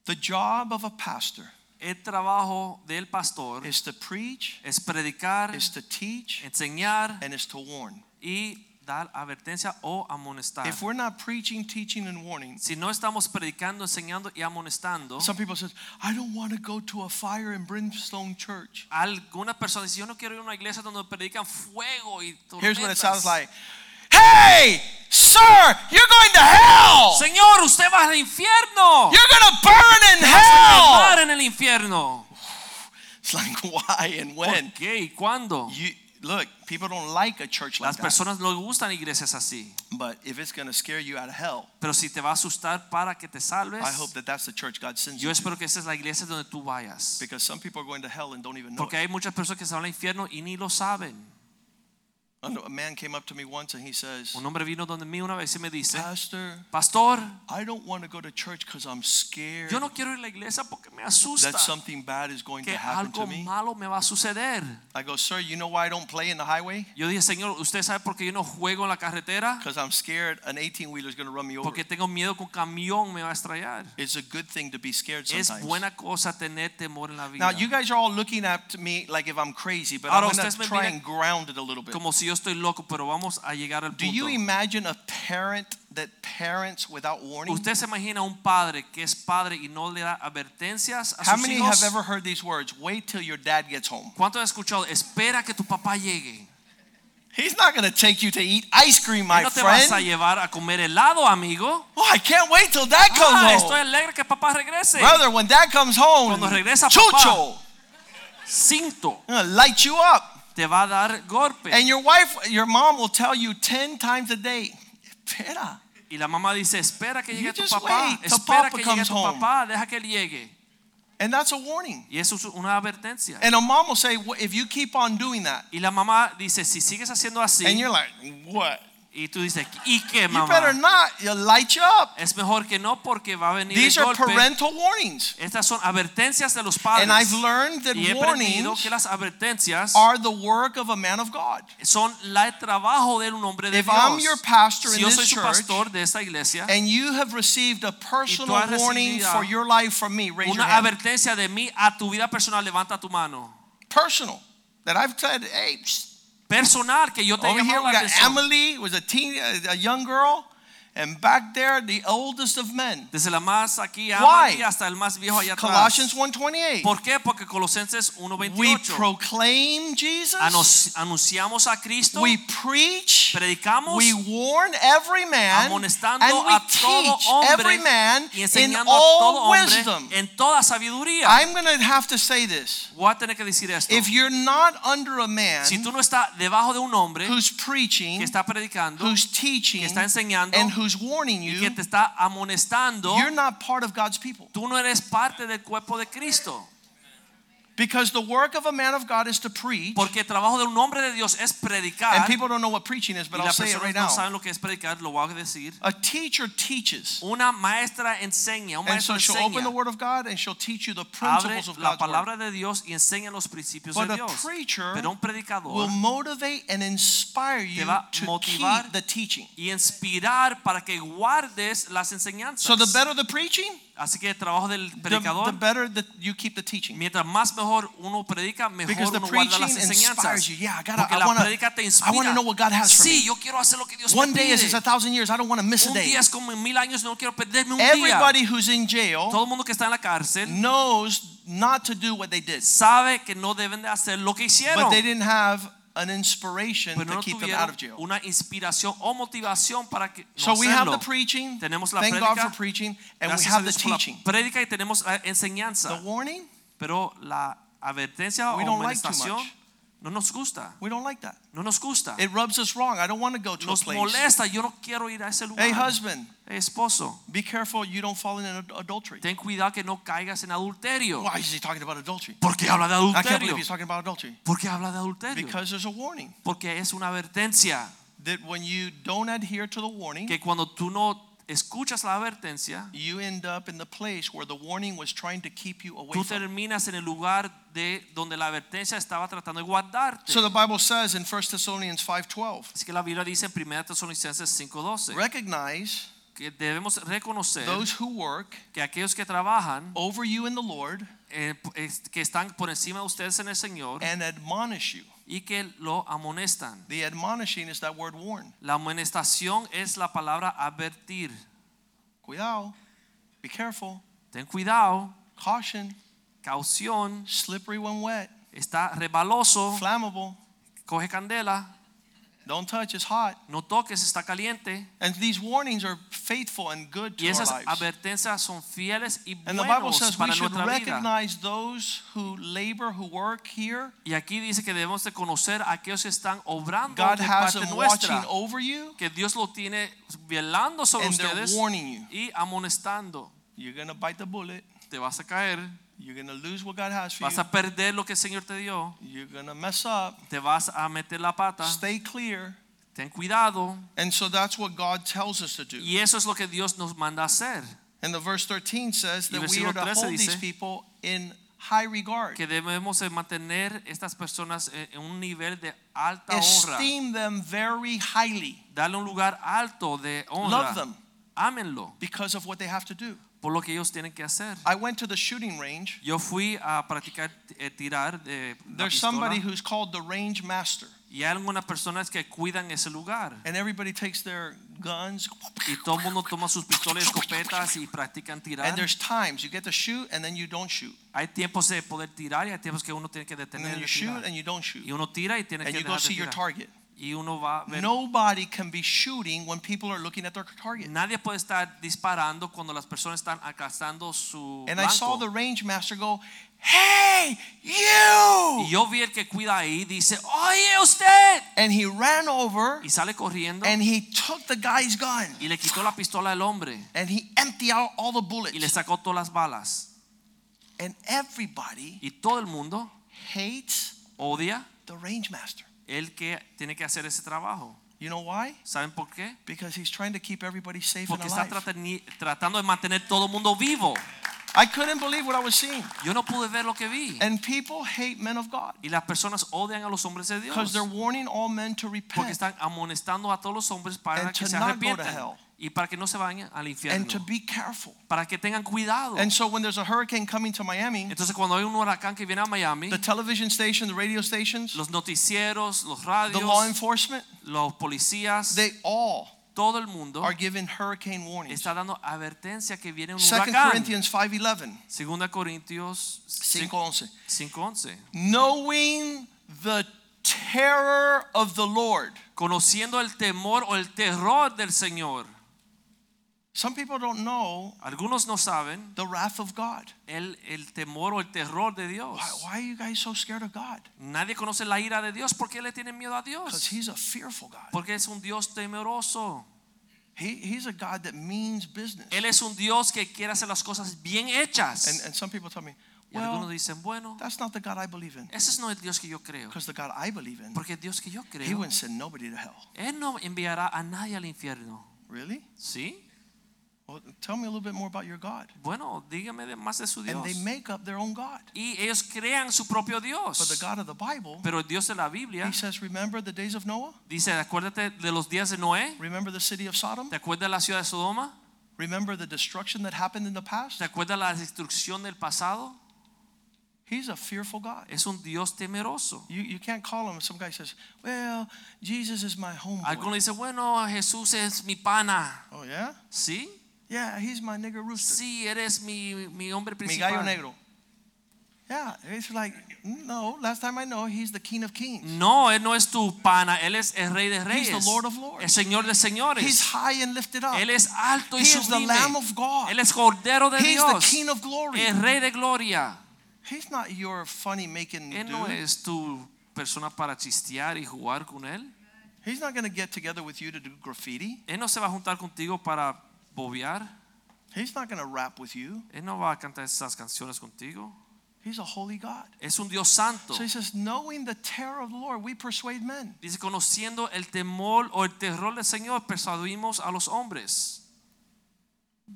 [SPEAKER 1] The job of a pastor
[SPEAKER 2] El trabajo del pastor
[SPEAKER 1] is to preach,
[SPEAKER 2] es predicar,
[SPEAKER 1] is to teach,
[SPEAKER 2] enseñar
[SPEAKER 1] and is to warn.
[SPEAKER 2] y dar advertencia o amonestar.
[SPEAKER 1] If we're not preaching, teaching and warning,
[SPEAKER 2] Si no estamos predicando, enseñando y amonestando,
[SPEAKER 1] some people says, "I don't want to go to a fire and brimstone church."
[SPEAKER 2] alguna persona dice, yo no quiero ir a una iglesia donde predican fuego y
[SPEAKER 1] Here's what it
[SPEAKER 2] tormentas".
[SPEAKER 1] sounds like. Hey, sir, you're going to hell.
[SPEAKER 2] Señor, usted va al infierno.
[SPEAKER 1] You're going to burn in
[SPEAKER 2] Vas a
[SPEAKER 1] hell.
[SPEAKER 2] quemar en el infierno.
[SPEAKER 1] It's like why and when?
[SPEAKER 2] ¿Por qué y cuándo?
[SPEAKER 1] You look, people don't like a church like
[SPEAKER 2] Las
[SPEAKER 1] that.
[SPEAKER 2] personas no gustan iglesias así.
[SPEAKER 1] But if it's going to scare you out of hell,
[SPEAKER 2] Pero si te va a asustar para que te salves,
[SPEAKER 1] I hope that that's the church God sends
[SPEAKER 2] yo
[SPEAKER 1] you.
[SPEAKER 2] espero que esa es la iglesia donde tú vayas.
[SPEAKER 1] Because some people are going to hell and don't even know.
[SPEAKER 2] Porque hay muchas personas que se van al infierno y ni lo saben.
[SPEAKER 1] it. A man came up to me once and he says,
[SPEAKER 2] Un hombre vino donde mí una vez y me dice,
[SPEAKER 1] Pastor,
[SPEAKER 2] Pastor,
[SPEAKER 1] I don't want to go to church because I'm scared
[SPEAKER 2] yo no quiero ir a la iglesia porque me asusta
[SPEAKER 1] that something bad is going to
[SPEAKER 2] que
[SPEAKER 1] happen to
[SPEAKER 2] algo
[SPEAKER 1] me.
[SPEAKER 2] malo me va a suceder.
[SPEAKER 1] I go, Sir, you know why I don't play in the highway?
[SPEAKER 2] Yo dije, Señor, ¿usted sabe por qué yo no juego en la carretera?
[SPEAKER 1] Because I'm scared an 18 wheeler is going to run me over.
[SPEAKER 2] Porque tengo miedo que un camión me va a estrellar.
[SPEAKER 1] It's a good thing to be scared
[SPEAKER 2] Es
[SPEAKER 1] sometimes.
[SPEAKER 2] buena cosa tener temor en la vida.
[SPEAKER 1] Now, you guys are all looking at me like if I'm crazy, but
[SPEAKER 2] Ahora
[SPEAKER 1] I'm going
[SPEAKER 2] ustedes me
[SPEAKER 1] to try
[SPEAKER 2] miran
[SPEAKER 1] and ground it a little bit.
[SPEAKER 2] Como si yo estoy loco, pero vamos a llegar al
[SPEAKER 1] Do you
[SPEAKER 2] punto.
[SPEAKER 1] imagine a parent that parents without warning?
[SPEAKER 2] Usted se imagina un padre que es padre y no le da advertencias a
[SPEAKER 1] How
[SPEAKER 2] sus
[SPEAKER 1] many
[SPEAKER 2] hijos.
[SPEAKER 1] have ever heard these words? Wait till your dad gets home.
[SPEAKER 2] ¿Cuánto has escuchado? Espera que tu papá llegue.
[SPEAKER 1] He's not going to take you to eat ice cream, my
[SPEAKER 2] no te vas a
[SPEAKER 1] friend.
[SPEAKER 2] llevar a comer helado, amigo.
[SPEAKER 1] Oh, I can't wait till dad comes
[SPEAKER 2] Ah,
[SPEAKER 1] home.
[SPEAKER 2] estoy alegre que papá regrese.
[SPEAKER 1] Brother, when dad comes home,
[SPEAKER 2] Cuando regresa
[SPEAKER 1] chucho,
[SPEAKER 2] Cinto
[SPEAKER 1] I'm gonna light you up.
[SPEAKER 2] te va a dar golpe.
[SPEAKER 1] And your wife, your mom will tell you 10 times a day, espera.
[SPEAKER 2] y la mamá dice, espera que llegue
[SPEAKER 1] You
[SPEAKER 2] tu
[SPEAKER 1] just
[SPEAKER 2] papá.
[SPEAKER 1] wait till
[SPEAKER 2] Espera
[SPEAKER 1] papa
[SPEAKER 2] que llegue
[SPEAKER 1] comes
[SPEAKER 2] tu
[SPEAKER 1] home."
[SPEAKER 2] papá. Deja que él llegue.
[SPEAKER 1] And that's a warning.
[SPEAKER 2] Y eso es una advertencia.
[SPEAKER 1] And a mom will say, "Well, if you keep on doing that,
[SPEAKER 2] y la mamá dice, si sigues haciendo así,
[SPEAKER 1] and you're like, what?
[SPEAKER 2] y tú dices, ¿y qué
[SPEAKER 1] You
[SPEAKER 2] mamá?
[SPEAKER 1] better not. You'll light you up.
[SPEAKER 2] Es mejor que no porque va a venir
[SPEAKER 1] These
[SPEAKER 2] el
[SPEAKER 1] are
[SPEAKER 2] golpe.
[SPEAKER 1] parental warnings.
[SPEAKER 2] Estas son advertencias de los padres.
[SPEAKER 1] And I've learned that
[SPEAKER 2] y he aprendido
[SPEAKER 1] warnings
[SPEAKER 2] que las advertencias
[SPEAKER 1] are the work of a man of God.
[SPEAKER 2] son la- el trabajo de un hombre de
[SPEAKER 1] If
[SPEAKER 2] Dios.
[SPEAKER 1] I'm your pastor
[SPEAKER 2] si
[SPEAKER 1] in
[SPEAKER 2] yo
[SPEAKER 1] this
[SPEAKER 2] soy su
[SPEAKER 1] church, eh,
[SPEAKER 2] pastor de esta iglesia,
[SPEAKER 1] And you have received a personal
[SPEAKER 2] has
[SPEAKER 1] warning
[SPEAKER 2] recibido
[SPEAKER 1] for your life from me. Raise your
[SPEAKER 2] una
[SPEAKER 1] hand.
[SPEAKER 2] advertencia de mí a tu vida personal, levanta tu mano.
[SPEAKER 1] Personal. That I've said, hey, psst.
[SPEAKER 2] Personal, que yo te he
[SPEAKER 1] over here
[SPEAKER 2] llamado
[SPEAKER 1] we
[SPEAKER 2] la
[SPEAKER 1] got
[SPEAKER 2] atención.
[SPEAKER 1] Emily, was a teen, a a young girl, And back there, the oldest of men.
[SPEAKER 2] Desde la más aquí
[SPEAKER 1] Why?
[SPEAKER 2] y hasta el más viejo allá atrás.
[SPEAKER 1] Colossians 1.28.
[SPEAKER 2] ¿Por qué? Porque Colosenses
[SPEAKER 1] We
[SPEAKER 2] 1:28
[SPEAKER 1] proclaim Jesus.
[SPEAKER 2] Anos- anunciamos a Cristo,
[SPEAKER 1] We preach.
[SPEAKER 2] predicamos
[SPEAKER 1] We warn every man.
[SPEAKER 2] amonestando
[SPEAKER 1] And we
[SPEAKER 2] a todo
[SPEAKER 1] teach every
[SPEAKER 2] hombre
[SPEAKER 1] man
[SPEAKER 2] y
[SPEAKER 1] in
[SPEAKER 2] enseñando a todo
[SPEAKER 1] all
[SPEAKER 2] hombre
[SPEAKER 1] wisdom.
[SPEAKER 2] en toda sabiduría.
[SPEAKER 1] I'm going to have to say this.
[SPEAKER 2] Voy a tener que decir esto.
[SPEAKER 1] If you're not under a man
[SPEAKER 2] si tú no estás debajo de un hombre
[SPEAKER 1] who's preaching,
[SPEAKER 2] que está predicando,
[SPEAKER 1] who's teaching,
[SPEAKER 2] que está enseñando
[SPEAKER 1] and who's warning
[SPEAKER 2] y
[SPEAKER 1] you,
[SPEAKER 2] que te está amonestando,
[SPEAKER 1] you're not part of God's people.
[SPEAKER 2] tú no eres parte del cuerpo de Cristo.
[SPEAKER 1] Because the work of a man of God is to preach,
[SPEAKER 2] Porque el trabajo de un hombre de Dios es predicar.
[SPEAKER 1] and people don't know what preaching is,
[SPEAKER 2] y
[SPEAKER 1] but I'll
[SPEAKER 2] las
[SPEAKER 1] say it
[SPEAKER 2] personas
[SPEAKER 1] right
[SPEAKER 2] no
[SPEAKER 1] now.
[SPEAKER 2] saben lo que es predicar, lo voy a decir.
[SPEAKER 1] A teacher teaches,
[SPEAKER 2] Una maestra enseña, un
[SPEAKER 1] and
[SPEAKER 2] maestro
[SPEAKER 1] so she'll open the
[SPEAKER 2] enseña.
[SPEAKER 1] Word of God and she'll teach you the
[SPEAKER 2] Abre
[SPEAKER 1] principles of
[SPEAKER 2] la
[SPEAKER 1] God's Word.
[SPEAKER 2] palabra de Dios y enseña los principios
[SPEAKER 1] But
[SPEAKER 2] de
[SPEAKER 1] a
[SPEAKER 2] Dios.
[SPEAKER 1] preacher
[SPEAKER 2] Pero un
[SPEAKER 1] will
[SPEAKER 2] predicador
[SPEAKER 1] motivate and inspire you
[SPEAKER 2] va a
[SPEAKER 1] to
[SPEAKER 2] motivar.
[SPEAKER 1] keep the teaching.
[SPEAKER 2] y inspirar para que guardes las enseñanzas.
[SPEAKER 1] So the better the preaching,
[SPEAKER 2] Así que el trabajo del
[SPEAKER 1] the,
[SPEAKER 2] predicador,
[SPEAKER 1] the better that you keep the teaching.
[SPEAKER 2] mientras más mejor uno predica, mejor
[SPEAKER 1] Because the
[SPEAKER 2] uno guarda las
[SPEAKER 1] preaching inspires
[SPEAKER 2] enseñanzas.
[SPEAKER 1] you. Yeah, I gotta-
[SPEAKER 2] Porque
[SPEAKER 1] I
[SPEAKER 2] la
[SPEAKER 1] wanna-
[SPEAKER 2] predica te
[SPEAKER 1] I
[SPEAKER 2] inspira.
[SPEAKER 1] wanna know what God has for
[SPEAKER 2] sí,
[SPEAKER 1] me.
[SPEAKER 2] yo quiero hacer lo que Dios
[SPEAKER 1] One
[SPEAKER 2] me
[SPEAKER 1] day
[SPEAKER 2] pide.
[SPEAKER 1] is as a thousand years. I don't want to miss a
[SPEAKER 2] un
[SPEAKER 1] day.
[SPEAKER 2] día es como mil años, no quiero perderme un día.
[SPEAKER 1] Everybody who's in
[SPEAKER 2] Todo
[SPEAKER 1] jail
[SPEAKER 2] el mundo que está en la cárcel
[SPEAKER 1] knows not to do what they did,
[SPEAKER 2] sabe que no deben de hacer lo que hicieron.
[SPEAKER 1] but they didn't have an inspiration
[SPEAKER 2] pero
[SPEAKER 1] to
[SPEAKER 2] no
[SPEAKER 1] keep them out of
[SPEAKER 2] tuvieron
[SPEAKER 1] jail.
[SPEAKER 2] una inspiración o motivación para que no
[SPEAKER 1] So we have
[SPEAKER 2] hacerlo.
[SPEAKER 1] the preaching.
[SPEAKER 2] Tenemos la
[SPEAKER 1] Thank God
[SPEAKER 2] predica.
[SPEAKER 1] for preaching, and we
[SPEAKER 2] Gracias a
[SPEAKER 1] have the
[SPEAKER 2] Dios por la
[SPEAKER 1] teaching.
[SPEAKER 2] prédica y tenemos la enseñanza.
[SPEAKER 1] The warning,
[SPEAKER 2] pero la advertencia
[SPEAKER 1] We
[SPEAKER 2] o
[SPEAKER 1] don't like too
[SPEAKER 2] amonestación
[SPEAKER 1] much.
[SPEAKER 2] no nos gusta.
[SPEAKER 1] we don't like that.
[SPEAKER 2] No nos gusta.
[SPEAKER 1] It rubs us wrong. I don't want to go to a
[SPEAKER 2] Nos
[SPEAKER 1] place.
[SPEAKER 2] molesta. Yo no quiero ir a ese lugar.
[SPEAKER 1] Hey, husband,
[SPEAKER 2] Hey, esposo,
[SPEAKER 1] be careful you don't fall into adultery.
[SPEAKER 2] ten cuidado que no caigas en adulterio.
[SPEAKER 1] Why is he talking about adultery?
[SPEAKER 2] ¿Por qué habla de
[SPEAKER 1] I can't believe
[SPEAKER 2] adulterio?
[SPEAKER 1] he's talking about adultery.
[SPEAKER 2] ¿Por qué habla de adulterio?
[SPEAKER 1] Because there's a warning
[SPEAKER 2] Porque es una advertencia
[SPEAKER 1] that when you don't adhere to the warning,
[SPEAKER 2] que cuando tú no escuchas la advertencia,
[SPEAKER 1] you end up in the place where the warning was trying to keep you away
[SPEAKER 2] tú
[SPEAKER 1] from.
[SPEAKER 2] terminas en el lugar de donde la advertencia estaba tratando de guardarte.
[SPEAKER 1] So the Bible says in 1 Thessalonians 5:12,
[SPEAKER 2] Así que la Biblia dice en 1 Tesalonicenses 5:12
[SPEAKER 1] recognize
[SPEAKER 2] que debemos reconocer
[SPEAKER 1] those who work
[SPEAKER 2] que aquellos que trabajan
[SPEAKER 1] over you in the Lord
[SPEAKER 2] eh, es- que están por encima de ustedes en el Señor
[SPEAKER 1] and admonish you.
[SPEAKER 2] y que lo amonestan.
[SPEAKER 1] The admonishing is that word warn.
[SPEAKER 2] La amonestación es la palabra advertir.
[SPEAKER 1] Cuidado, be careful,
[SPEAKER 2] Ten cuidado,
[SPEAKER 1] caution,
[SPEAKER 2] caución,
[SPEAKER 1] slippery when wet,
[SPEAKER 2] está rebaloso,
[SPEAKER 1] flammable,
[SPEAKER 2] coge candela,
[SPEAKER 1] don't touch, it's hot.
[SPEAKER 2] no toques, está caliente.
[SPEAKER 1] And these warnings are faithful and good to
[SPEAKER 2] Y
[SPEAKER 1] our
[SPEAKER 2] esas
[SPEAKER 1] lives.
[SPEAKER 2] advertencias son fieles y
[SPEAKER 1] And the Bible
[SPEAKER 2] buenos
[SPEAKER 1] says we
[SPEAKER 2] para
[SPEAKER 1] should
[SPEAKER 2] nuestra vida.
[SPEAKER 1] recognize those who labor, who work here.
[SPEAKER 2] Y aquí dice que debemos de conocer a aquellos que están obrando
[SPEAKER 1] God
[SPEAKER 2] de
[SPEAKER 1] has
[SPEAKER 2] parte
[SPEAKER 1] them watching
[SPEAKER 2] nuestra,
[SPEAKER 1] over you
[SPEAKER 2] que Dios lo tiene velando sobre
[SPEAKER 1] and they're
[SPEAKER 2] ustedes
[SPEAKER 1] warning you.
[SPEAKER 2] y amonestando.
[SPEAKER 1] You're going to bite the bullet.
[SPEAKER 2] Te vas a caer.
[SPEAKER 1] You're going to lose what God has for
[SPEAKER 2] Vas a perder lo que el Señor te dio.
[SPEAKER 1] you. You're going to mess up.
[SPEAKER 2] Te vas a meter la pata.
[SPEAKER 1] Stay clear.
[SPEAKER 2] Ten cuidado.
[SPEAKER 1] And so that's what God tells us to do.
[SPEAKER 2] Y eso es lo que Dios nos manda a hacer.
[SPEAKER 1] And the verse 13 says
[SPEAKER 2] Y
[SPEAKER 1] that we are to
[SPEAKER 2] versículo 13
[SPEAKER 1] hold these
[SPEAKER 2] dice-
[SPEAKER 1] people in high regard.
[SPEAKER 2] Que debemos de mantener estas personas en en un nivel de alta honra.
[SPEAKER 1] Esteem them very highly
[SPEAKER 2] Darle un lugar alto de honra.
[SPEAKER 1] Love them.
[SPEAKER 2] Ámenlo
[SPEAKER 1] because of what they have to do.
[SPEAKER 2] por lo que ellos tienen que hacer.
[SPEAKER 1] I went to the shooting range.
[SPEAKER 2] Yo fui a practicar eh, tirar de la
[SPEAKER 1] There's
[SPEAKER 2] pistola,
[SPEAKER 1] somebody who's called the range master.
[SPEAKER 2] y hay algunas personas que cuidan ese lugar
[SPEAKER 1] And everybody takes their guns.
[SPEAKER 2] y todo el mundo toma sus pistolas y escopetas y practican tirar.
[SPEAKER 1] And there's times you get to shoot and then you don't shoot.
[SPEAKER 2] Hay tiempos de poder tirar y hay tiempos que uno tiene que
[SPEAKER 1] And
[SPEAKER 2] detener
[SPEAKER 1] then
[SPEAKER 2] de
[SPEAKER 1] you shoot
[SPEAKER 2] tirar.
[SPEAKER 1] and you don't
[SPEAKER 2] Y
[SPEAKER 1] shoot.
[SPEAKER 2] uno tira y tiene
[SPEAKER 1] And
[SPEAKER 2] que
[SPEAKER 1] you go
[SPEAKER 2] dejar de
[SPEAKER 1] see your
[SPEAKER 2] tirar.
[SPEAKER 1] target.
[SPEAKER 2] Y uno va a ver.
[SPEAKER 1] Nobody can be shooting when people are looking at their target.
[SPEAKER 2] Nadie puede estar disparando cuando las personas están alcanzando su
[SPEAKER 1] And I saw
[SPEAKER 2] blanco.
[SPEAKER 1] the range master go, Hey, you!
[SPEAKER 2] Y yo vi el que cuida ahí dice, "Oye, usted."
[SPEAKER 1] And he ran over
[SPEAKER 2] Y sale corriendo
[SPEAKER 1] and he took the guy's gun
[SPEAKER 2] y le quitó la pistola al hombre
[SPEAKER 1] and he emptied out all the
[SPEAKER 2] y le
[SPEAKER 1] bullets.
[SPEAKER 2] sacó todas las balas.
[SPEAKER 1] And everybody
[SPEAKER 2] Y todo el mundo
[SPEAKER 1] hates
[SPEAKER 2] odia
[SPEAKER 1] the range master.
[SPEAKER 2] el que tiene que hacer ese trabajo.
[SPEAKER 1] You know why?
[SPEAKER 2] ¿Saben por qué?
[SPEAKER 1] Because he's trying to keep everybody safe and
[SPEAKER 2] Porque está
[SPEAKER 1] alive.
[SPEAKER 2] tratani- tratando de mantener todo el mundo vivo.
[SPEAKER 1] I couldn't believe what I was seeing.
[SPEAKER 2] Yo no pude ver lo que vi.
[SPEAKER 1] And people hate men of God
[SPEAKER 2] Y las personas odian a los hombres de
[SPEAKER 1] because
[SPEAKER 2] Dios.
[SPEAKER 1] they're warning all men to
[SPEAKER 2] porque
[SPEAKER 1] repent
[SPEAKER 2] están amonestando a todos los hombres para
[SPEAKER 1] And
[SPEAKER 2] que
[SPEAKER 1] to
[SPEAKER 2] se
[SPEAKER 1] not go
[SPEAKER 2] arrepientan
[SPEAKER 1] to hell.
[SPEAKER 2] y para que no se vayan al infierno
[SPEAKER 1] and to be careful.
[SPEAKER 2] para que tengan cuidado
[SPEAKER 1] And so when there's a hurricane coming to Miami,
[SPEAKER 2] entonces cuando hay un huracán que viene a Miami
[SPEAKER 1] the television station, the radio stations,
[SPEAKER 2] los noticieros los
[SPEAKER 1] the law
[SPEAKER 2] radios
[SPEAKER 1] enforcement,
[SPEAKER 2] los policías
[SPEAKER 1] they all
[SPEAKER 2] todo el mundo
[SPEAKER 1] are given hurricane warnings.
[SPEAKER 2] está dando advertencia que viene un
[SPEAKER 1] 2
[SPEAKER 2] huracán.
[SPEAKER 1] Corinthians 5:11.
[SPEAKER 2] 2 Corintios 5,
[SPEAKER 1] 5:11.
[SPEAKER 2] 5:11.
[SPEAKER 1] Knowing the terror of the Lord.
[SPEAKER 2] Conociendo el temor o el terror del Señor.
[SPEAKER 1] Some people don't know
[SPEAKER 2] Algunos no saben
[SPEAKER 1] the wrath of God.
[SPEAKER 2] el, el temor o el terror de Dios.
[SPEAKER 1] Why, why are you guys so scared of God?
[SPEAKER 2] Nadie conoce la ira de Dios. ¿Por qué le tienen miedo a
[SPEAKER 1] Because
[SPEAKER 2] Dios?
[SPEAKER 1] he's a fearful God.
[SPEAKER 2] Porque es un Dios temeroso.
[SPEAKER 1] He, he's a God that means business.
[SPEAKER 2] Él es un Dios que quiere hacer las cosas bien hechas.
[SPEAKER 1] And, and some people tell me,
[SPEAKER 2] y algunos
[SPEAKER 1] well,
[SPEAKER 2] dicen, bueno,
[SPEAKER 1] that's not the God I believe in.
[SPEAKER 2] ese no es el Dios que yo creo.
[SPEAKER 1] Because the God I believe in,
[SPEAKER 2] Porque el Dios que yo
[SPEAKER 1] he
[SPEAKER 2] creo,
[SPEAKER 1] wouldn't send nobody to hell.
[SPEAKER 2] Él no enviará a nadie al infierno.
[SPEAKER 1] Really?
[SPEAKER 2] ¿Sí?
[SPEAKER 1] Well, tell me a little bit more about your God.
[SPEAKER 2] Bueno, dígame de más de su
[SPEAKER 1] And
[SPEAKER 2] Dios.
[SPEAKER 1] they make up their own God.
[SPEAKER 2] Y ellos crean su propio
[SPEAKER 1] But the
[SPEAKER 2] Dios.
[SPEAKER 1] God of the Bible,
[SPEAKER 2] Pero el Dios de la Biblia
[SPEAKER 1] he says, remember the days of Noah?
[SPEAKER 2] dice, acuérdate de los días de Noé,
[SPEAKER 1] Remember the city of Sodom?
[SPEAKER 2] ¿te acuerdas de la ciudad de Sodoma?
[SPEAKER 1] Remember the destruction that happened in the past?
[SPEAKER 2] ¿Te acuerdas la destrucción del pasado?
[SPEAKER 1] He's a fearful God.
[SPEAKER 2] Es un Dios temeroso.
[SPEAKER 1] You, you can't call him. Some guy says, well, Jesus is my
[SPEAKER 2] Algunos
[SPEAKER 1] homeboy.
[SPEAKER 2] dicen, bueno, Jesús es mi pana.
[SPEAKER 1] Oh, yeah?
[SPEAKER 2] ¿Sí?
[SPEAKER 1] Yeah, he's my nigger rooster.
[SPEAKER 2] Sí, eres mi, mi hombre
[SPEAKER 1] Mi gallo
[SPEAKER 2] principal.
[SPEAKER 1] negro. Yeah, it's like, no, last time I know, he's the king of kings.
[SPEAKER 2] No, él no es tu pana, él es el rey de
[SPEAKER 1] He's
[SPEAKER 2] reyes.
[SPEAKER 1] the Lord of lords.
[SPEAKER 2] El Señor de
[SPEAKER 1] He's
[SPEAKER 2] señores.
[SPEAKER 1] high and lifted up.
[SPEAKER 2] Él es alto y
[SPEAKER 1] He is the
[SPEAKER 2] sublime.
[SPEAKER 1] Lamb of God.
[SPEAKER 2] Él es cordero de
[SPEAKER 1] He's the
[SPEAKER 2] Dios.
[SPEAKER 1] king of glory.
[SPEAKER 2] El rey de gloria.
[SPEAKER 1] He's not your funny making
[SPEAKER 2] Él
[SPEAKER 1] dude.
[SPEAKER 2] no es tu persona para chistear y jugar con él.
[SPEAKER 1] He's not going to get together with you to do graffiti.
[SPEAKER 2] Él no se va a juntar contigo para bobear.
[SPEAKER 1] He's not going to rap with you.
[SPEAKER 2] Él no va a cantar esas canciones contigo.
[SPEAKER 1] He's a holy God.
[SPEAKER 2] Es un Dios santo.
[SPEAKER 1] So he says, knowing the terror of the Lord, we persuade men.
[SPEAKER 2] Dice, conociendo el temor o el terror del Señor, persuadimos a los hombres.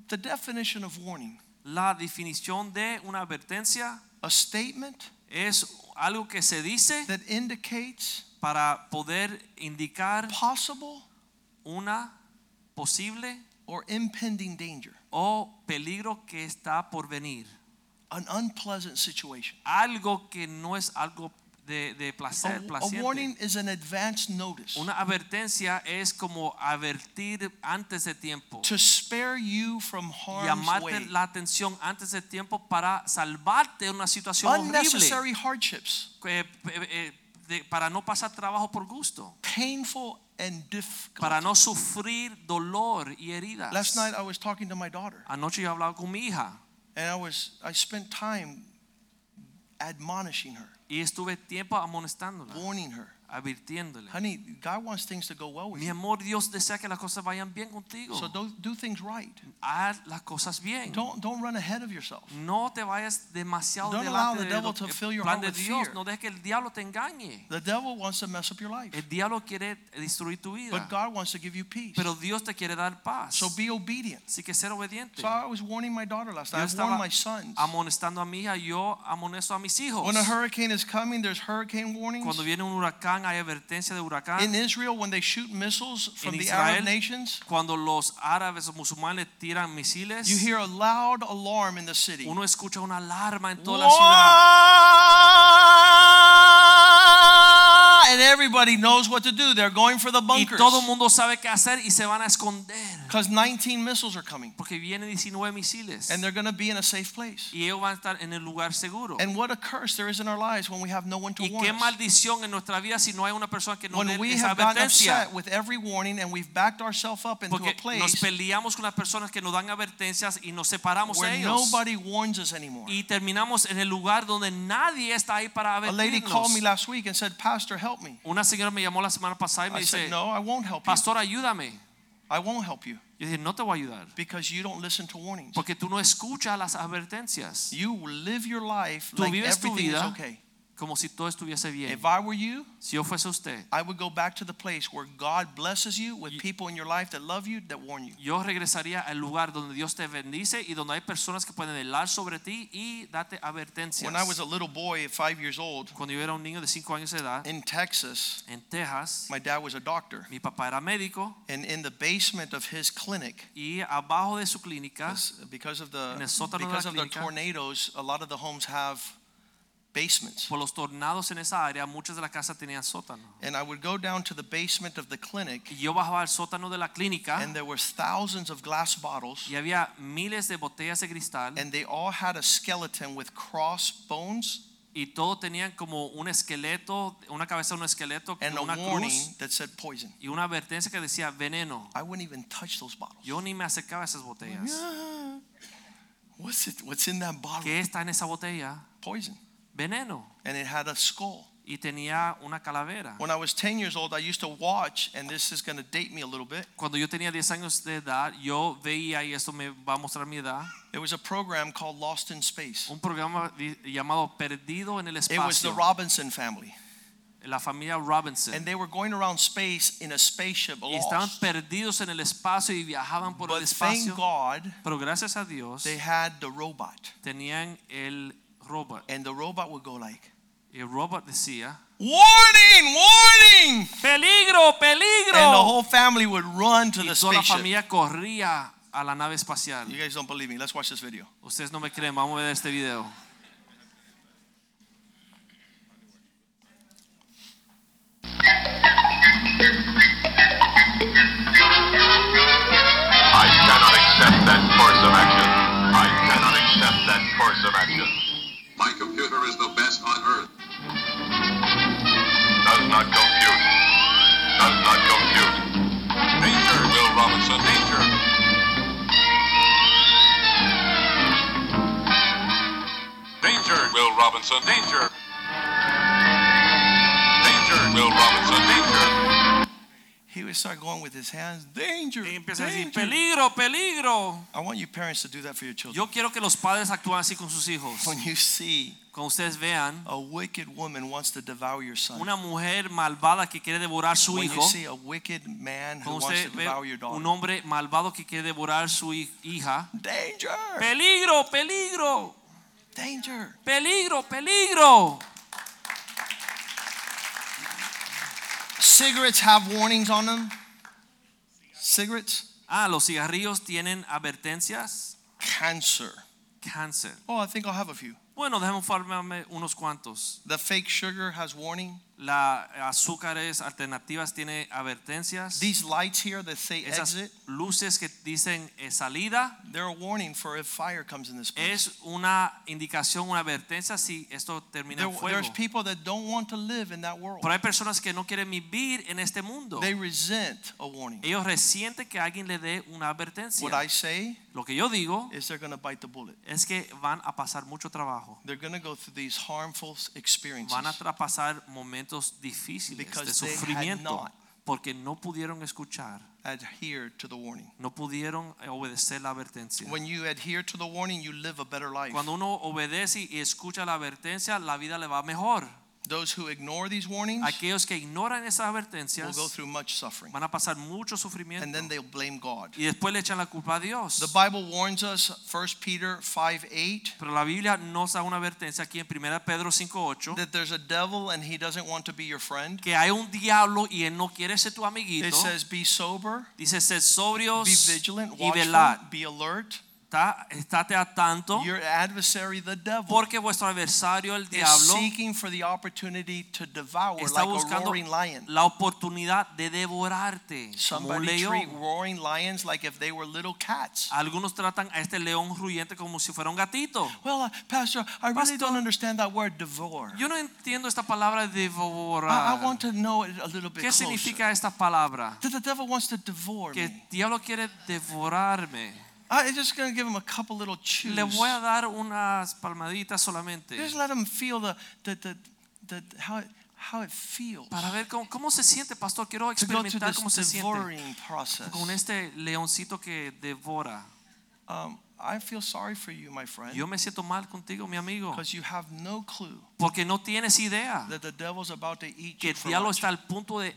[SPEAKER 1] The definition of warning
[SPEAKER 2] La definición de una advertencia
[SPEAKER 1] a statement
[SPEAKER 2] es algo que se dice
[SPEAKER 1] that indicates
[SPEAKER 2] para poder indicar
[SPEAKER 1] possible
[SPEAKER 2] una posible
[SPEAKER 1] or impending danger,
[SPEAKER 2] o peligro que está por venir.
[SPEAKER 1] an unpleasant situation.
[SPEAKER 2] Algo que no es algo de, de
[SPEAKER 1] A, a
[SPEAKER 2] placer, placiente.
[SPEAKER 1] warning is an advance notice
[SPEAKER 2] Una advertencia es como advertir antes de tiempo.
[SPEAKER 1] to spare you from harm's
[SPEAKER 2] Llamarte
[SPEAKER 1] way.
[SPEAKER 2] la atención antes de tiempo para salvarte de una situación horrible.
[SPEAKER 1] Unnecessary hardships,
[SPEAKER 2] que, eh, eh, de- para no pasar trabajo por gusto.
[SPEAKER 1] painful and difficult.
[SPEAKER 2] Para no sufrir dolor y heridas.
[SPEAKER 1] Last night I was talking to my daughter,
[SPEAKER 2] Anoche yo hablaba con mi hija
[SPEAKER 1] and I was I spent time admonishing her,
[SPEAKER 2] y estuve tiempo amonestándola,
[SPEAKER 1] warning her.
[SPEAKER 2] advirtiéndole.
[SPEAKER 1] Honey, God wants things to go well with
[SPEAKER 2] Mi
[SPEAKER 1] you,
[SPEAKER 2] amor, Dios desea que las cosas vayan bien contigo.
[SPEAKER 1] so do, do things right.
[SPEAKER 2] Haz las cosas bien.
[SPEAKER 1] Don't don't run ahead of yourself.
[SPEAKER 2] No te vayas demasiado
[SPEAKER 1] Don't allow
[SPEAKER 2] delante
[SPEAKER 1] the
[SPEAKER 2] de lo
[SPEAKER 1] devil
[SPEAKER 2] que-
[SPEAKER 1] to fill your
[SPEAKER 2] plan
[SPEAKER 1] heart
[SPEAKER 2] de
[SPEAKER 1] with
[SPEAKER 2] Dios.
[SPEAKER 1] fear.
[SPEAKER 2] No dejes que el diablo te engañe.
[SPEAKER 1] The devil wants to mess up your life,
[SPEAKER 2] El diablo quiere destruir tu vida,
[SPEAKER 1] but God wants to give you peace.
[SPEAKER 2] pero Dios te quiere dar paz.
[SPEAKER 1] So be obedient.
[SPEAKER 2] Así que ser obediente.
[SPEAKER 1] So I was warning my daughter last
[SPEAKER 2] Yo
[SPEAKER 1] night. I warned
[SPEAKER 2] estaba
[SPEAKER 1] my sons.
[SPEAKER 2] amonestando a mi hija, yo amonesto a mis hijos.
[SPEAKER 1] When a hurricane is coming, there's hurricane warnings.
[SPEAKER 2] Cuando viene un huracán, hay advertencia de huracán.
[SPEAKER 1] In Israel, when they shoot missiles from
[SPEAKER 2] en
[SPEAKER 1] the
[SPEAKER 2] Israel,
[SPEAKER 1] Arab nations,
[SPEAKER 2] cuando los árabes o musulmanes tiran misiles,
[SPEAKER 1] you hear a loud alarm in the city.
[SPEAKER 2] uno escucha una alarma en toda la ciudad.
[SPEAKER 1] Wah! And everybody knows what to do. They're going for the
[SPEAKER 2] Y
[SPEAKER 1] bunkers.
[SPEAKER 2] todo el mundo sabe qué hacer y se van a esconder.
[SPEAKER 1] Because 19 missiles are coming.
[SPEAKER 2] Porque vienen 19 misiles.
[SPEAKER 1] And they're going to be in a safe place.
[SPEAKER 2] y ellos van a estar en el lugar seguro.
[SPEAKER 1] And what a curse there is in our lives when we have no one to
[SPEAKER 2] y
[SPEAKER 1] warn
[SPEAKER 2] qué
[SPEAKER 1] us.
[SPEAKER 2] maldición en nuestra vida si no hay una persona que nos
[SPEAKER 1] When
[SPEAKER 2] dé
[SPEAKER 1] we
[SPEAKER 2] esa
[SPEAKER 1] have gotten
[SPEAKER 2] advertencia.
[SPEAKER 1] upset with every warning and we've backed ourselves up into a
[SPEAKER 2] Porque nos
[SPEAKER 1] place
[SPEAKER 2] peleamos con las personas que nos dan advertencias y nos separamos de
[SPEAKER 1] where
[SPEAKER 2] ellos.
[SPEAKER 1] nobody warns us anymore.
[SPEAKER 2] Y terminamos en el lugar donde nadie está ahí para
[SPEAKER 1] A lady called me
[SPEAKER 2] advertirnos.
[SPEAKER 1] last week and said, Pastor, help me.
[SPEAKER 2] Una señora me llamó la semana pasada y me
[SPEAKER 1] I
[SPEAKER 2] dice,
[SPEAKER 1] said, No, I won't help you.
[SPEAKER 2] pastor, ayúdame.
[SPEAKER 1] I won't help you
[SPEAKER 2] Yo dije, no te voy a ayudar.
[SPEAKER 1] because you don't listen to warnings.
[SPEAKER 2] Porque tú no escuchas las advertencias.
[SPEAKER 1] You live your life
[SPEAKER 2] Tú
[SPEAKER 1] like
[SPEAKER 2] vives tu
[SPEAKER 1] everything is
[SPEAKER 2] vida.
[SPEAKER 1] okay.
[SPEAKER 2] Como si todo estuviese bien.
[SPEAKER 1] If I were you,
[SPEAKER 2] Si yo fuese usted,
[SPEAKER 1] I would go back to the place where God blesses you with people in your life that love you, that warn you.
[SPEAKER 2] yo regresaría al lugar donde Dios te bendice y donde hay personas que pueden velar sobre ti y darte advertencias.
[SPEAKER 1] When I was a little boy at five years old
[SPEAKER 2] Cuando yo era un niño de 5 años de edad,
[SPEAKER 1] in Texas,
[SPEAKER 2] en Texas,
[SPEAKER 1] my dad was a doctor.
[SPEAKER 2] mi papá era médico
[SPEAKER 1] And in the basement of his clinic,
[SPEAKER 2] y abajo de su clínica,
[SPEAKER 1] because of
[SPEAKER 2] En
[SPEAKER 1] the
[SPEAKER 2] el sótano de la
[SPEAKER 1] because of the
[SPEAKER 2] clínica.
[SPEAKER 1] tornadoes, a lot of the homes have basements.
[SPEAKER 2] Por los tornados en esa área, muchas de las casas tenían sótano.
[SPEAKER 1] And I would go down to the basement of the clinic,
[SPEAKER 2] Y yo bajaba al sótano de la clínica
[SPEAKER 1] and there were thousands of glass bottles,
[SPEAKER 2] y había miles de botellas de cristal
[SPEAKER 1] and they all had a skeleton with cross bones
[SPEAKER 2] y todos tenían como un esqueleto, una cabeza, un esqueleto,
[SPEAKER 1] and
[SPEAKER 2] con una
[SPEAKER 1] a warning
[SPEAKER 2] cruz
[SPEAKER 1] that said poison.
[SPEAKER 2] y una advertencia que decía veneno.
[SPEAKER 1] I wouldn't even touch those bottles.
[SPEAKER 2] Yo ni me acercaba a esas botellas.
[SPEAKER 1] What's it? What's in that bottle?
[SPEAKER 2] ¿Qué está en esa botella?
[SPEAKER 1] Poison.
[SPEAKER 2] Veneno.
[SPEAKER 1] And it had a skull.
[SPEAKER 2] Y tenía una calavera.
[SPEAKER 1] When I was 10 years old, I used to watch, and this is going to date me a little bit.
[SPEAKER 2] Cuando yo tenía 10 años de edad, yo veía, y esto me va a mostrar mi edad,
[SPEAKER 1] It was a program called Lost in Space.
[SPEAKER 2] un programa di- llamado Perdido en el
[SPEAKER 1] It was the
[SPEAKER 2] Espacio,
[SPEAKER 1] Robinson family.
[SPEAKER 2] la familia Robinson.
[SPEAKER 1] And they were going around space in a spaceship
[SPEAKER 2] y estaban
[SPEAKER 1] lost.
[SPEAKER 2] perdidos en el espacio y viajaban por el
[SPEAKER 1] But thank
[SPEAKER 2] espacio.
[SPEAKER 1] God
[SPEAKER 2] Pero gracias a Dios
[SPEAKER 1] they had the robot.
[SPEAKER 2] tenían el robot.
[SPEAKER 1] And the robot would go like,
[SPEAKER 2] Y el robot decía,
[SPEAKER 1] warning, warning!
[SPEAKER 2] peligro,
[SPEAKER 1] And the
[SPEAKER 2] peligro.
[SPEAKER 1] whole family would run to
[SPEAKER 2] Y
[SPEAKER 1] the
[SPEAKER 2] toda la
[SPEAKER 1] spaceship.
[SPEAKER 2] familia corría a la nave
[SPEAKER 1] You
[SPEAKER 2] espacial.
[SPEAKER 1] guys don't believe me. Let's watch this video.
[SPEAKER 2] Ustedes no me creen, vamos a ver este video.
[SPEAKER 3] I cannot accept that course of action. I cannot accept that course of action.
[SPEAKER 4] My computer is the best on earth.
[SPEAKER 3] Does not compute. Does not compute. Danger, Will Robinson, danger. Danger, Will Robinson, danger. Danger, Will Robinson, danger.
[SPEAKER 1] He would start going with his hands, danger,
[SPEAKER 2] Y empieza a decir,
[SPEAKER 1] danger."
[SPEAKER 2] peligro, peligro.
[SPEAKER 1] I want you parents to do that for your children.
[SPEAKER 2] Yo quiero que los padres actúen así con sus hijos.
[SPEAKER 1] When you see
[SPEAKER 2] Cuando ustedes vean
[SPEAKER 1] a wicked woman wants to devour your son,
[SPEAKER 2] una mujer malvada que quiere devorar su
[SPEAKER 1] when you
[SPEAKER 2] hijo,
[SPEAKER 1] see a wicked man who
[SPEAKER 2] cuando
[SPEAKER 1] wants
[SPEAKER 2] usted
[SPEAKER 1] to
[SPEAKER 2] ve
[SPEAKER 1] devour your
[SPEAKER 2] un
[SPEAKER 1] daughter,
[SPEAKER 2] hombre malvado que quiere devorar su hi- hija,
[SPEAKER 1] danger,
[SPEAKER 2] peligro, peligro,
[SPEAKER 1] danger.
[SPEAKER 2] peligro, peligro.
[SPEAKER 1] Cigarettes have warnings on them. Cigarettes,
[SPEAKER 2] Ah, los cigarrillos tienen advertencias.
[SPEAKER 1] cancer.
[SPEAKER 2] Cáncer.
[SPEAKER 1] Oh, I think I'll have a few.
[SPEAKER 2] Bueno, déjame farmarme unos cuantos.
[SPEAKER 1] The fake sugar has warning.
[SPEAKER 2] Las azúcares alternativas tienen advertencias.
[SPEAKER 1] These lights here that say
[SPEAKER 2] Esas
[SPEAKER 1] exit,
[SPEAKER 2] luces que dicen eh, salida
[SPEAKER 1] they're a warning for if fire comes in this place.
[SPEAKER 2] es una indicación, una advertencia si esto termina
[SPEAKER 1] There,
[SPEAKER 2] en fuego.
[SPEAKER 1] there's people that don't want to live in that world.
[SPEAKER 2] Pero hay personas que no quieren vivir en este mundo.
[SPEAKER 1] They resent a warning.
[SPEAKER 2] Ellos resienten que alguien le dé una advertencia.
[SPEAKER 1] What I say
[SPEAKER 2] Lo que yo digo
[SPEAKER 1] is they're going to bite the bullet.
[SPEAKER 2] es que van a pasar mucho trabajo.
[SPEAKER 1] They're going to go through these harmful s- experiences.
[SPEAKER 2] Van a tra- pasar momentos difíciles de
[SPEAKER 1] Because they had
[SPEAKER 2] sufrimiento
[SPEAKER 1] not.
[SPEAKER 2] porque no pudieron escuchar,
[SPEAKER 1] Adhere to the warning.
[SPEAKER 2] no pudieron eh, obedecer la advertencia.
[SPEAKER 1] When you adhere to the warning, you live a better life.
[SPEAKER 2] Cuando uno obedece y escucha la advertencia, la vida le va mejor.
[SPEAKER 1] Those who ignore these warnings
[SPEAKER 2] Aquellos que ignoran esas
[SPEAKER 1] will
[SPEAKER 2] advertencias
[SPEAKER 1] go through much suffering.
[SPEAKER 2] van a pasar mucho
[SPEAKER 1] And then
[SPEAKER 2] sufrimiento
[SPEAKER 1] they'll blame God.
[SPEAKER 2] y después le echan la culpa a Dios.
[SPEAKER 1] The Bible warns us, 1 Peter 5 8,
[SPEAKER 2] Pero la Biblia nos da una advertencia aquí en 1 Pedro 5:8
[SPEAKER 1] that there's a devil and he doesn't want to be your friend.
[SPEAKER 2] que hay un diablo y él no quiere ser tu
[SPEAKER 1] It
[SPEAKER 2] amiguito.
[SPEAKER 1] says, be sober,
[SPEAKER 2] Dice ser
[SPEAKER 1] be
[SPEAKER 2] sobrios
[SPEAKER 1] vigilant,
[SPEAKER 2] y
[SPEAKER 1] watchful,
[SPEAKER 2] velar.
[SPEAKER 1] be alert.
[SPEAKER 2] Está- estate a tanto
[SPEAKER 1] Your adversary, the devil,
[SPEAKER 2] porque vuestro adversario el
[SPEAKER 1] is
[SPEAKER 2] diablo
[SPEAKER 1] seeking for the opportunity to devour
[SPEAKER 2] está
[SPEAKER 1] like a
[SPEAKER 2] buscando
[SPEAKER 1] roaring lion.
[SPEAKER 2] la oportunidad de devorarte como un
[SPEAKER 1] Somebody treat
[SPEAKER 2] león.
[SPEAKER 1] roaring lions like if they were little cats.
[SPEAKER 2] Algunos tratan a este león ruyente como si fuera un gatito.
[SPEAKER 1] Well, uh, Pastor, I really
[SPEAKER 2] Pastor.
[SPEAKER 1] don't understand that word devour.
[SPEAKER 2] Yo no entiendo esta palabra
[SPEAKER 1] I, I
[SPEAKER 2] devorar.
[SPEAKER 1] want to know it a little bit
[SPEAKER 2] ¿Qué
[SPEAKER 1] closer.
[SPEAKER 2] significa esta palabra?
[SPEAKER 1] That the devil wants to devour
[SPEAKER 2] Que
[SPEAKER 1] me.
[SPEAKER 2] el diablo quiere devorarme.
[SPEAKER 1] I'm just going to give him a couple little chews.
[SPEAKER 2] Le voy a dar unas palmaditas solamente
[SPEAKER 1] Just let him feel the, the, the, the, how, it, how it feels
[SPEAKER 2] para ver cómo, cómo se siente, pastor. Quiero
[SPEAKER 1] to go through
[SPEAKER 2] experimentar cómo se
[SPEAKER 1] this
[SPEAKER 2] siente
[SPEAKER 1] devouring process.
[SPEAKER 2] con este leoncito que devora.
[SPEAKER 1] Um, I feel sorry for you, my friend,
[SPEAKER 2] Yo me siento mal contigo, mi amigo,
[SPEAKER 1] because you have no clue
[SPEAKER 2] porque no tienes idea
[SPEAKER 1] that the devil's about to eat
[SPEAKER 2] que
[SPEAKER 1] you
[SPEAKER 2] el
[SPEAKER 1] for
[SPEAKER 2] diablo
[SPEAKER 1] lunch.
[SPEAKER 2] está al punto de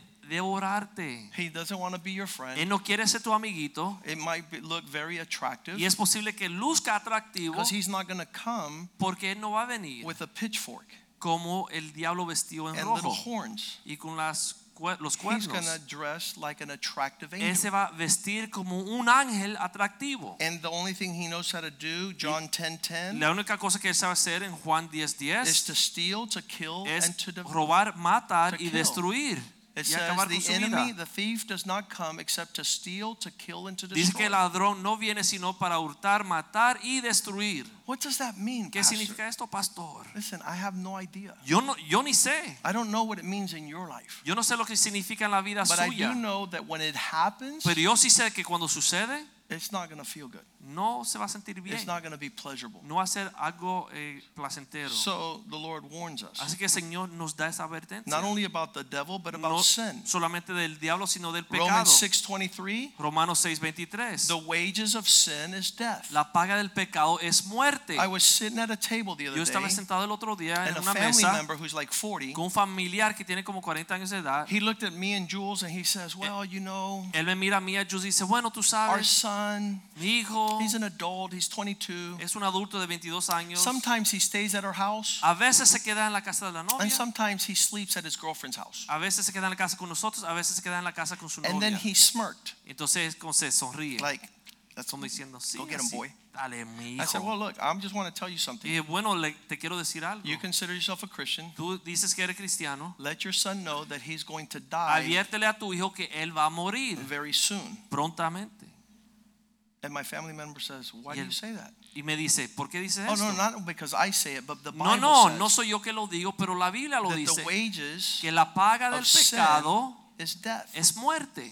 [SPEAKER 2] devorarte.
[SPEAKER 1] He doesn't want to be your friend.
[SPEAKER 2] Él no quiere ser tu amiguito
[SPEAKER 1] it might be, look very attractive
[SPEAKER 2] y es posible que luzca atractivo
[SPEAKER 1] because he's not going to come
[SPEAKER 2] porque él no va a venir
[SPEAKER 1] with a pitchfork
[SPEAKER 2] como el diablo vestido en
[SPEAKER 1] and little
[SPEAKER 2] rojo
[SPEAKER 1] horns.
[SPEAKER 2] y con las cue- los
[SPEAKER 1] He's going
[SPEAKER 2] cuernos,
[SPEAKER 1] to dress like an attractive
[SPEAKER 2] él se
[SPEAKER 1] angel.
[SPEAKER 2] va a vestir como un ángel atractivo.
[SPEAKER 1] And the only thing he knows how to do, John 10:10,
[SPEAKER 2] La única cosa que él sabe hacer en Juan 10:10
[SPEAKER 1] is to steal, to kill, and to
[SPEAKER 2] es
[SPEAKER 1] devour.
[SPEAKER 2] robar, matar
[SPEAKER 1] to
[SPEAKER 2] y
[SPEAKER 1] kill.
[SPEAKER 2] destruir
[SPEAKER 1] It
[SPEAKER 2] y
[SPEAKER 1] says
[SPEAKER 2] acabar con
[SPEAKER 1] the
[SPEAKER 2] su
[SPEAKER 1] enemy, the
[SPEAKER 2] vida.
[SPEAKER 1] thief, does not come except to steal, to kill, and to
[SPEAKER 2] Dice que
[SPEAKER 1] destroy.
[SPEAKER 2] el ladrón no viene sino para hurtar, matar y destruir.
[SPEAKER 1] What does that mean,
[SPEAKER 2] ¿Qué
[SPEAKER 1] Pastor?
[SPEAKER 2] significa esto, pastor?
[SPEAKER 1] Listen, I have no idea.
[SPEAKER 2] Yo no, yo ni sé.
[SPEAKER 1] I don't know what it means in your life.
[SPEAKER 2] Yo no sé lo que significa en la vida
[SPEAKER 1] But I do
[SPEAKER 2] suya.
[SPEAKER 1] know that when it happens,
[SPEAKER 2] Pero yo sí sé que cuando sucede,
[SPEAKER 1] it's not going to feel good.
[SPEAKER 2] no se va a sentir bien.
[SPEAKER 1] It's not going to be pleasurable.
[SPEAKER 2] No va a ser algo eh, placentero.
[SPEAKER 1] So the Lord warns us
[SPEAKER 2] Así que el Señor nos da esa advertencia.
[SPEAKER 1] not only about the devil but about
[SPEAKER 2] No
[SPEAKER 1] sin.
[SPEAKER 2] solamente del diablo, sino del pecado.
[SPEAKER 1] Romans 6:23,
[SPEAKER 2] Romanos
[SPEAKER 1] the
[SPEAKER 2] 6:23.
[SPEAKER 1] wages of sin is death.
[SPEAKER 2] La paga del pecado es muerte.
[SPEAKER 1] I was sitting at a table the
[SPEAKER 2] Yo
[SPEAKER 1] other
[SPEAKER 2] estaba
[SPEAKER 1] day
[SPEAKER 2] sentado el otro día
[SPEAKER 1] and
[SPEAKER 2] en
[SPEAKER 1] a
[SPEAKER 2] una
[SPEAKER 1] family
[SPEAKER 2] mesa
[SPEAKER 1] member who's like 40,
[SPEAKER 2] con un familiar que tiene como 40 años de edad.
[SPEAKER 1] he looked at me and Jules and he
[SPEAKER 2] Eh.
[SPEAKER 1] says, "Well, you know,
[SPEAKER 2] Él me mira a mí y a Jules y dice, bueno, tú
[SPEAKER 1] our
[SPEAKER 2] sabes,
[SPEAKER 1] son,
[SPEAKER 2] mi hijo
[SPEAKER 1] he's an adult, he's 22.
[SPEAKER 2] es un adulto de 22 años.
[SPEAKER 1] Sometimes he stays at our house
[SPEAKER 2] A veces se queda en la casa de la
[SPEAKER 1] and
[SPEAKER 2] novia.
[SPEAKER 1] sometimes he sleeps at his girlfriend's house."
[SPEAKER 2] A veces se queda en la casa con nosotros, a veces se queda en la casa con su
[SPEAKER 1] And then
[SPEAKER 2] novia.
[SPEAKER 1] he smirked
[SPEAKER 2] Entonces como se sonríe,
[SPEAKER 1] like that's
[SPEAKER 2] como diciendo, sí,
[SPEAKER 1] Go get him,
[SPEAKER 2] así,
[SPEAKER 1] boy."
[SPEAKER 2] dale mi
[SPEAKER 1] I said, "Well,
[SPEAKER 2] hijo.
[SPEAKER 1] look, I am just want to tell you something.
[SPEAKER 2] Y bueno, le- te quiero decir algo.
[SPEAKER 1] You consider yourself a Christian.
[SPEAKER 2] Tú dices que eres cristiano,
[SPEAKER 1] Let your son know that he's going to die
[SPEAKER 2] aviértele a tu hijo que él va a morir
[SPEAKER 1] very soon.
[SPEAKER 2] prontamente.
[SPEAKER 1] And my family member says, Why do
[SPEAKER 2] Y
[SPEAKER 1] you
[SPEAKER 2] el-
[SPEAKER 1] say that?
[SPEAKER 2] Y me dice, ¿por qué dices
[SPEAKER 1] Oh,
[SPEAKER 2] esto?
[SPEAKER 1] no, not because I say it, but the
[SPEAKER 2] No,
[SPEAKER 1] Bible
[SPEAKER 2] no,
[SPEAKER 1] says
[SPEAKER 2] no soy yo que lo digo, pero la Biblia lo
[SPEAKER 1] that the
[SPEAKER 2] dice.
[SPEAKER 1] wages
[SPEAKER 2] Que la paga del
[SPEAKER 1] of sin
[SPEAKER 2] pecado
[SPEAKER 1] is death.
[SPEAKER 2] es muerte.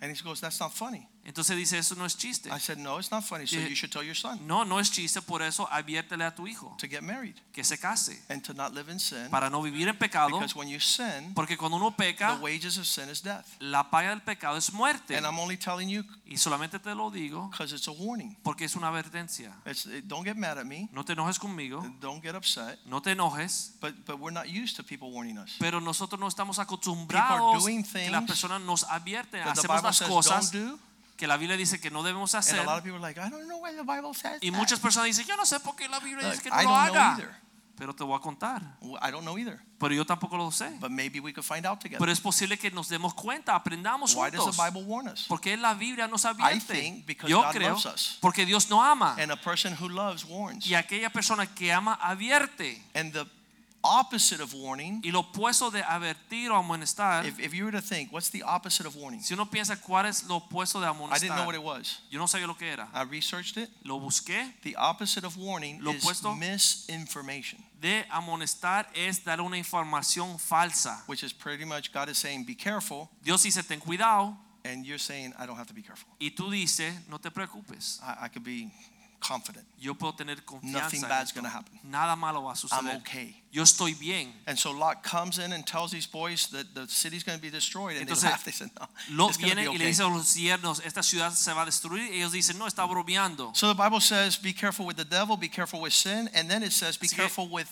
[SPEAKER 1] And he goes, That's not funny.
[SPEAKER 2] Entonces dice, eso no es chiste.
[SPEAKER 1] I said, No, it's not funny. So
[SPEAKER 2] Dije-
[SPEAKER 1] you should tell your son
[SPEAKER 2] No, no es chiste, por eso aviértele a tu hijo
[SPEAKER 1] to get married
[SPEAKER 2] que se case
[SPEAKER 1] and to not live in sin
[SPEAKER 2] para no vivir en pecado,
[SPEAKER 1] because when you sin,
[SPEAKER 2] porque cuando uno
[SPEAKER 1] the
[SPEAKER 2] peca,
[SPEAKER 1] wages of sin is death.
[SPEAKER 2] la paga del pecado es muerte.
[SPEAKER 1] And I'm only telling you
[SPEAKER 2] Y solamente te lo digo
[SPEAKER 1] because it's a warning.
[SPEAKER 2] porque es una advertencia.
[SPEAKER 1] It's, it- don't get mad at me.
[SPEAKER 2] No te enojes conmigo,
[SPEAKER 1] Don't get upset.
[SPEAKER 2] no te enojes,
[SPEAKER 1] But, but we're not used to people warning us.
[SPEAKER 2] pero nosotros no estamos acostumbrados
[SPEAKER 1] doing
[SPEAKER 2] que las
[SPEAKER 1] things
[SPEAKER 2] personas nos advierten,
[SPEAKER 1] That the
[SPEAKER 2] hacemos
[SPEAKER 1] Bible
[SPEAKER 2] las
[SPEAKER 1] says don't
[SPEAKER 2] cosas
[SPEAKER 1] do.
[SPEAKER 2] que la Biblia dice que no debemos
[SPEAKER 1] And
[SPEAKER 2] hacer.
[SPEAKER 1] a lot of people are like, I don't know why the Bible says
[SPEAKER 2] Y
[SPEAKER 1] that."
[SPEAKER 2] muchas personas dicen, yo no sé por qué la Biblia
[SPEAKER 1] Look,
[SPEAKER 2] dice que no
[SPEAKER 1] I
[SPEAKER 2] lo
[SPEAKER 1] don't know
[SPEAKER 2] haga.
[SPEAKER 1] either.
[SPEAKER 2] Pero te voy a contar,
[SPEAKER 1] Well, I don't know either.
[SPEAKER 2] pero yo tampoco lo sé.
[SPEAKER 1] But maybe we could find out together.
[SPEAKER 2] Pero es posible que nos demos cuenta, aprendamos
[SPEAKER 1] Why does
[SPEAKER 2] juntos.
[SPEAKER 1] the Bible warn us?
[SPEAKER 2] Porque la Biblia nos advierte.
[SPEAKER 1] think because
[SPEAKER 2] Yo
[SPEAKER 1] God
[SPEAKER 2] creo
[SPEAKER 1] loves us.
[SPEAKER 2] porque Dios no ama.
[SPEAKER 1] And a person who loves warns.
[SPEAKER 2] Y aquella persona que ama advierte.
[SPEAKER 1] And the opposite of warning,
[SPEAKER 2] Y lo opuesto de advertir o amonestar,
[SPEAKER 1] if, if you were to think, what's the opposite of warning?
[SPEAKER 2] si uno piensa cuál es lo opuesto de
[SPEAKER 1] I didn't know what
[SPEAKER 2] amonestar,
[SPEAKER 1] it was.
[SPEAKER 2] yo no sabía lo que era.
[SPEAKER 1] I researched it.
[SPEAKER 2] Lo busqué.
[SPEAKER 1] The opposite of warning
[SPEAKER 2] Lo
[SPEAKER 1] is
[SPEAKER 2] opuesto-
[SPEAKER 1] misinformation,
[SPEAKER 2] De amonestar es dar una información falsa.
[SPEAKER 1] which is pretty much God is saying, be careful.
[SPEAKER 2] Dios dice, ten cuidado.
[SPEAKER 1] And you're saying, I don't have to be careful.
[SPEAKER 2] Y tú dices, no te preocupes.
[SPEAKER 1] I, I could be confident.
[SPEAKER 2] Yo puedo tener confianza.
[SPEAKER 1] Nothing
[SPEAKER 2] en
[SPEAKER 1] bad's
[SPEAKER 2] esto.
[SPEAKER 1] going to happen.
[SPEAKER 2] Nada malo va a
[SPEAKER 1] I'm
[SPEAKER 2] suceder.
[SPEAKER 1] okay.
[SPEAKER 2] Yo estoy bien.
[SPEAKER 1] And so Lot comes in and tells these boys that the city's going to be destroyed. And
[SPEAKER 2] Entonces,
[SPEAKER 1] they laugh. They said, no,
[SPEAKER 2] Lot
[SPEAKER 1] it's going to
[SPEAKER 2] viene
[SPEAKER 1] be
[SPEAKER 2] y le
[SPEAKER 1] okay.
[SPEAKER 2] dice a los siervos, esta ciudad se va a destruir. Y ellos dicen, no, está bromeando.
[SPEAKER 1] So the Bible says, be careful with the devil, be careful with sin. And then it says, be
[SPEAKER 2] Así que-
[SPEAKER 1] careful with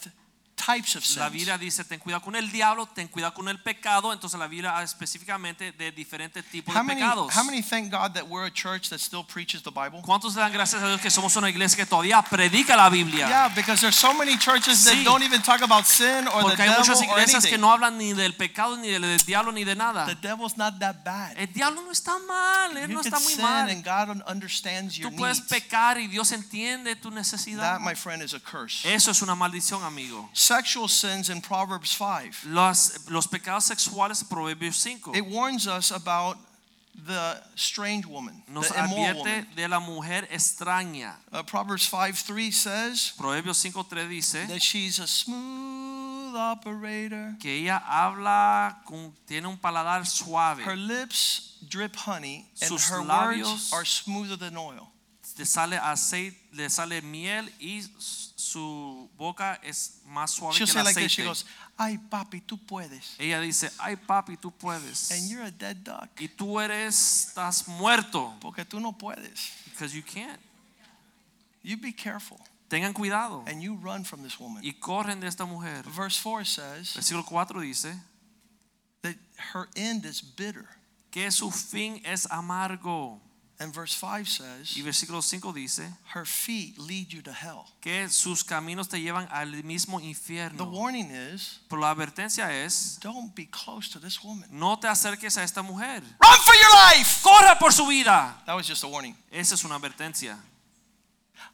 [SPEAKER 1] types of
[SPEAKER 2] La
[SPEAKER 1] sins.
[SPEAKER 2] Biblia dice, ten cuidado con el diablo, ten cuidado con el pecado. Entonces la Biblia habla específicamente de diferentes tipos
[SPEAKER 1] How
[SPEAKER 2] de
[SPEAKER 1] many,
[SPEAKER 2] pecados.
[SPEAKER 1] how many thank God that we're a church that still preaches the Bible?
[SPEAKER 2] ¿Cuántos dan gracias a Dios que somos una iglesia que todavía predica la Biblia?
[SPEAKER 1] Yeah, because there's so many churches that
[SPEAKER 2] Sí.
[SPEAKER 1] don't even talk about sin or the
[SPEAKER 2] Porque hay muchas
[SPEAKER 1] devil or
[SPEAKER 2] iglesias que
[SPEAKER 1] anything.
[SPEAKER 2] no hablan ni del pecado, ni del, del diablo, ni de
[SPEAKER 1] The
[SPEAKER 2] nada.
[SPEAKER 1] devil's not that bad.
[SPEAKER 2] El diablo no está mal, él
[SPEAKER 1] You
[SPEAKER 2] no
[SPEAKER 1] can
[SPEAKER 2] está muy
[SPEAKER 1] sin
[SPEAKER 2] mal.
[SPEAKER 1] and God un- understands your
[SPEAKER 2] Tú puedes
[SPEAKER 1] needs.
[SPEAKER 2] pecar y Dios entiende tu necesidad.
[SPEAKER 1] That, my friend, is a curse.
[SPEAKER 2] Eso es una maldición, amigo.
[SPEAKER 1] Sexual sins in Proverbs 5.
[SPEAKER 2] Los, los pecados sexuales, Proverbios 5,
[SPEAKER 1] It warns us about the strange woman,
[SPEAKER 2] nos
[SPEAKER 1] the immoral
[SPEAKER 2] advierte
[SPEAKER 1] woman.
[SPEAKER 2] de la mujer extraña.
[SPEAKER 1] Uh, Proverbs 5 3 says
[SPEAKER 2] Proverbios 5.3 dice
[SPEAKER 1] that she's a smooth operator.
[SPEAKER 2] que ella habla, con, tiene un paladar
[SPEAKER 1] Her
[SPEAKER 2] suave,
[SPEAKER 1] lips drip honey, and
[SPEAKER 2] Sus
[SPEAKER 1] her
[SPEAKER 2] labios-
[SPEAKER 1] words are smoother than oil.
[SPEAKER 2] le sale aceite, le sale miel y s- su boca es más suave
[SPEAKER 1] She'll
[SPEAKER 2] que
[SPEAKER 1] say
[SPEAKER 2] el
[SPEAKER 1] like this She
[SPEAKER 2] aceite.
[SPEAKER 1] goes, Ay, papi, tú puedes.
[SPEAKER 2] Ella dice, ay papi, tú
[SPEAKER 1] And
[SPEAKER 2] puedes.
[SPEAKER 1] you're a dead duck.
[SPEAKER 2] Y tú eres, estás muerto.
[SPEAKER 1] Porque tú no puedes.
[SPEAKER 2] Because you can't.
[SPEAKER 1] You be careful.
[SPEAKER 2] Tengan cuidado.
[SPEAKER 1] And you run from this woman.
[SPEAKER 2] Y corren de esta mujer.
[SPEAKER 1] Verse 4 says
[SPEAKER 2] Versículo 4 dice
[SPEAKER 1] that her end is bitter.
[SPEAKER 2] que su fin es amargo.
[SPEAKER 1] And verse 5
[SPEAKER 2] Y
[SPEAKER 1] says,
[SPEAKER 2] versículo 5 dice
[SPEAKER 1] Her feet lead you to hell.
[SPEAKER 2] que sus caminos te llevan al mismo
[SPEAKER 1] The
[SPEAKER 2] infierno.
[SPEAKER 1] warning is
[SPEAKER 2] Pero la advertencia es,
[SPEAKER 1] don't be close to this woman.
[SPEAKER 2] no te acerques a esta mujer.
[SPEAKER 1] Run for your life!
[SPEAKER 2] Corra por su vida.
[SPEAKER 1] That was just a warning.
[SPEAKER 2] Esa es una advertencia.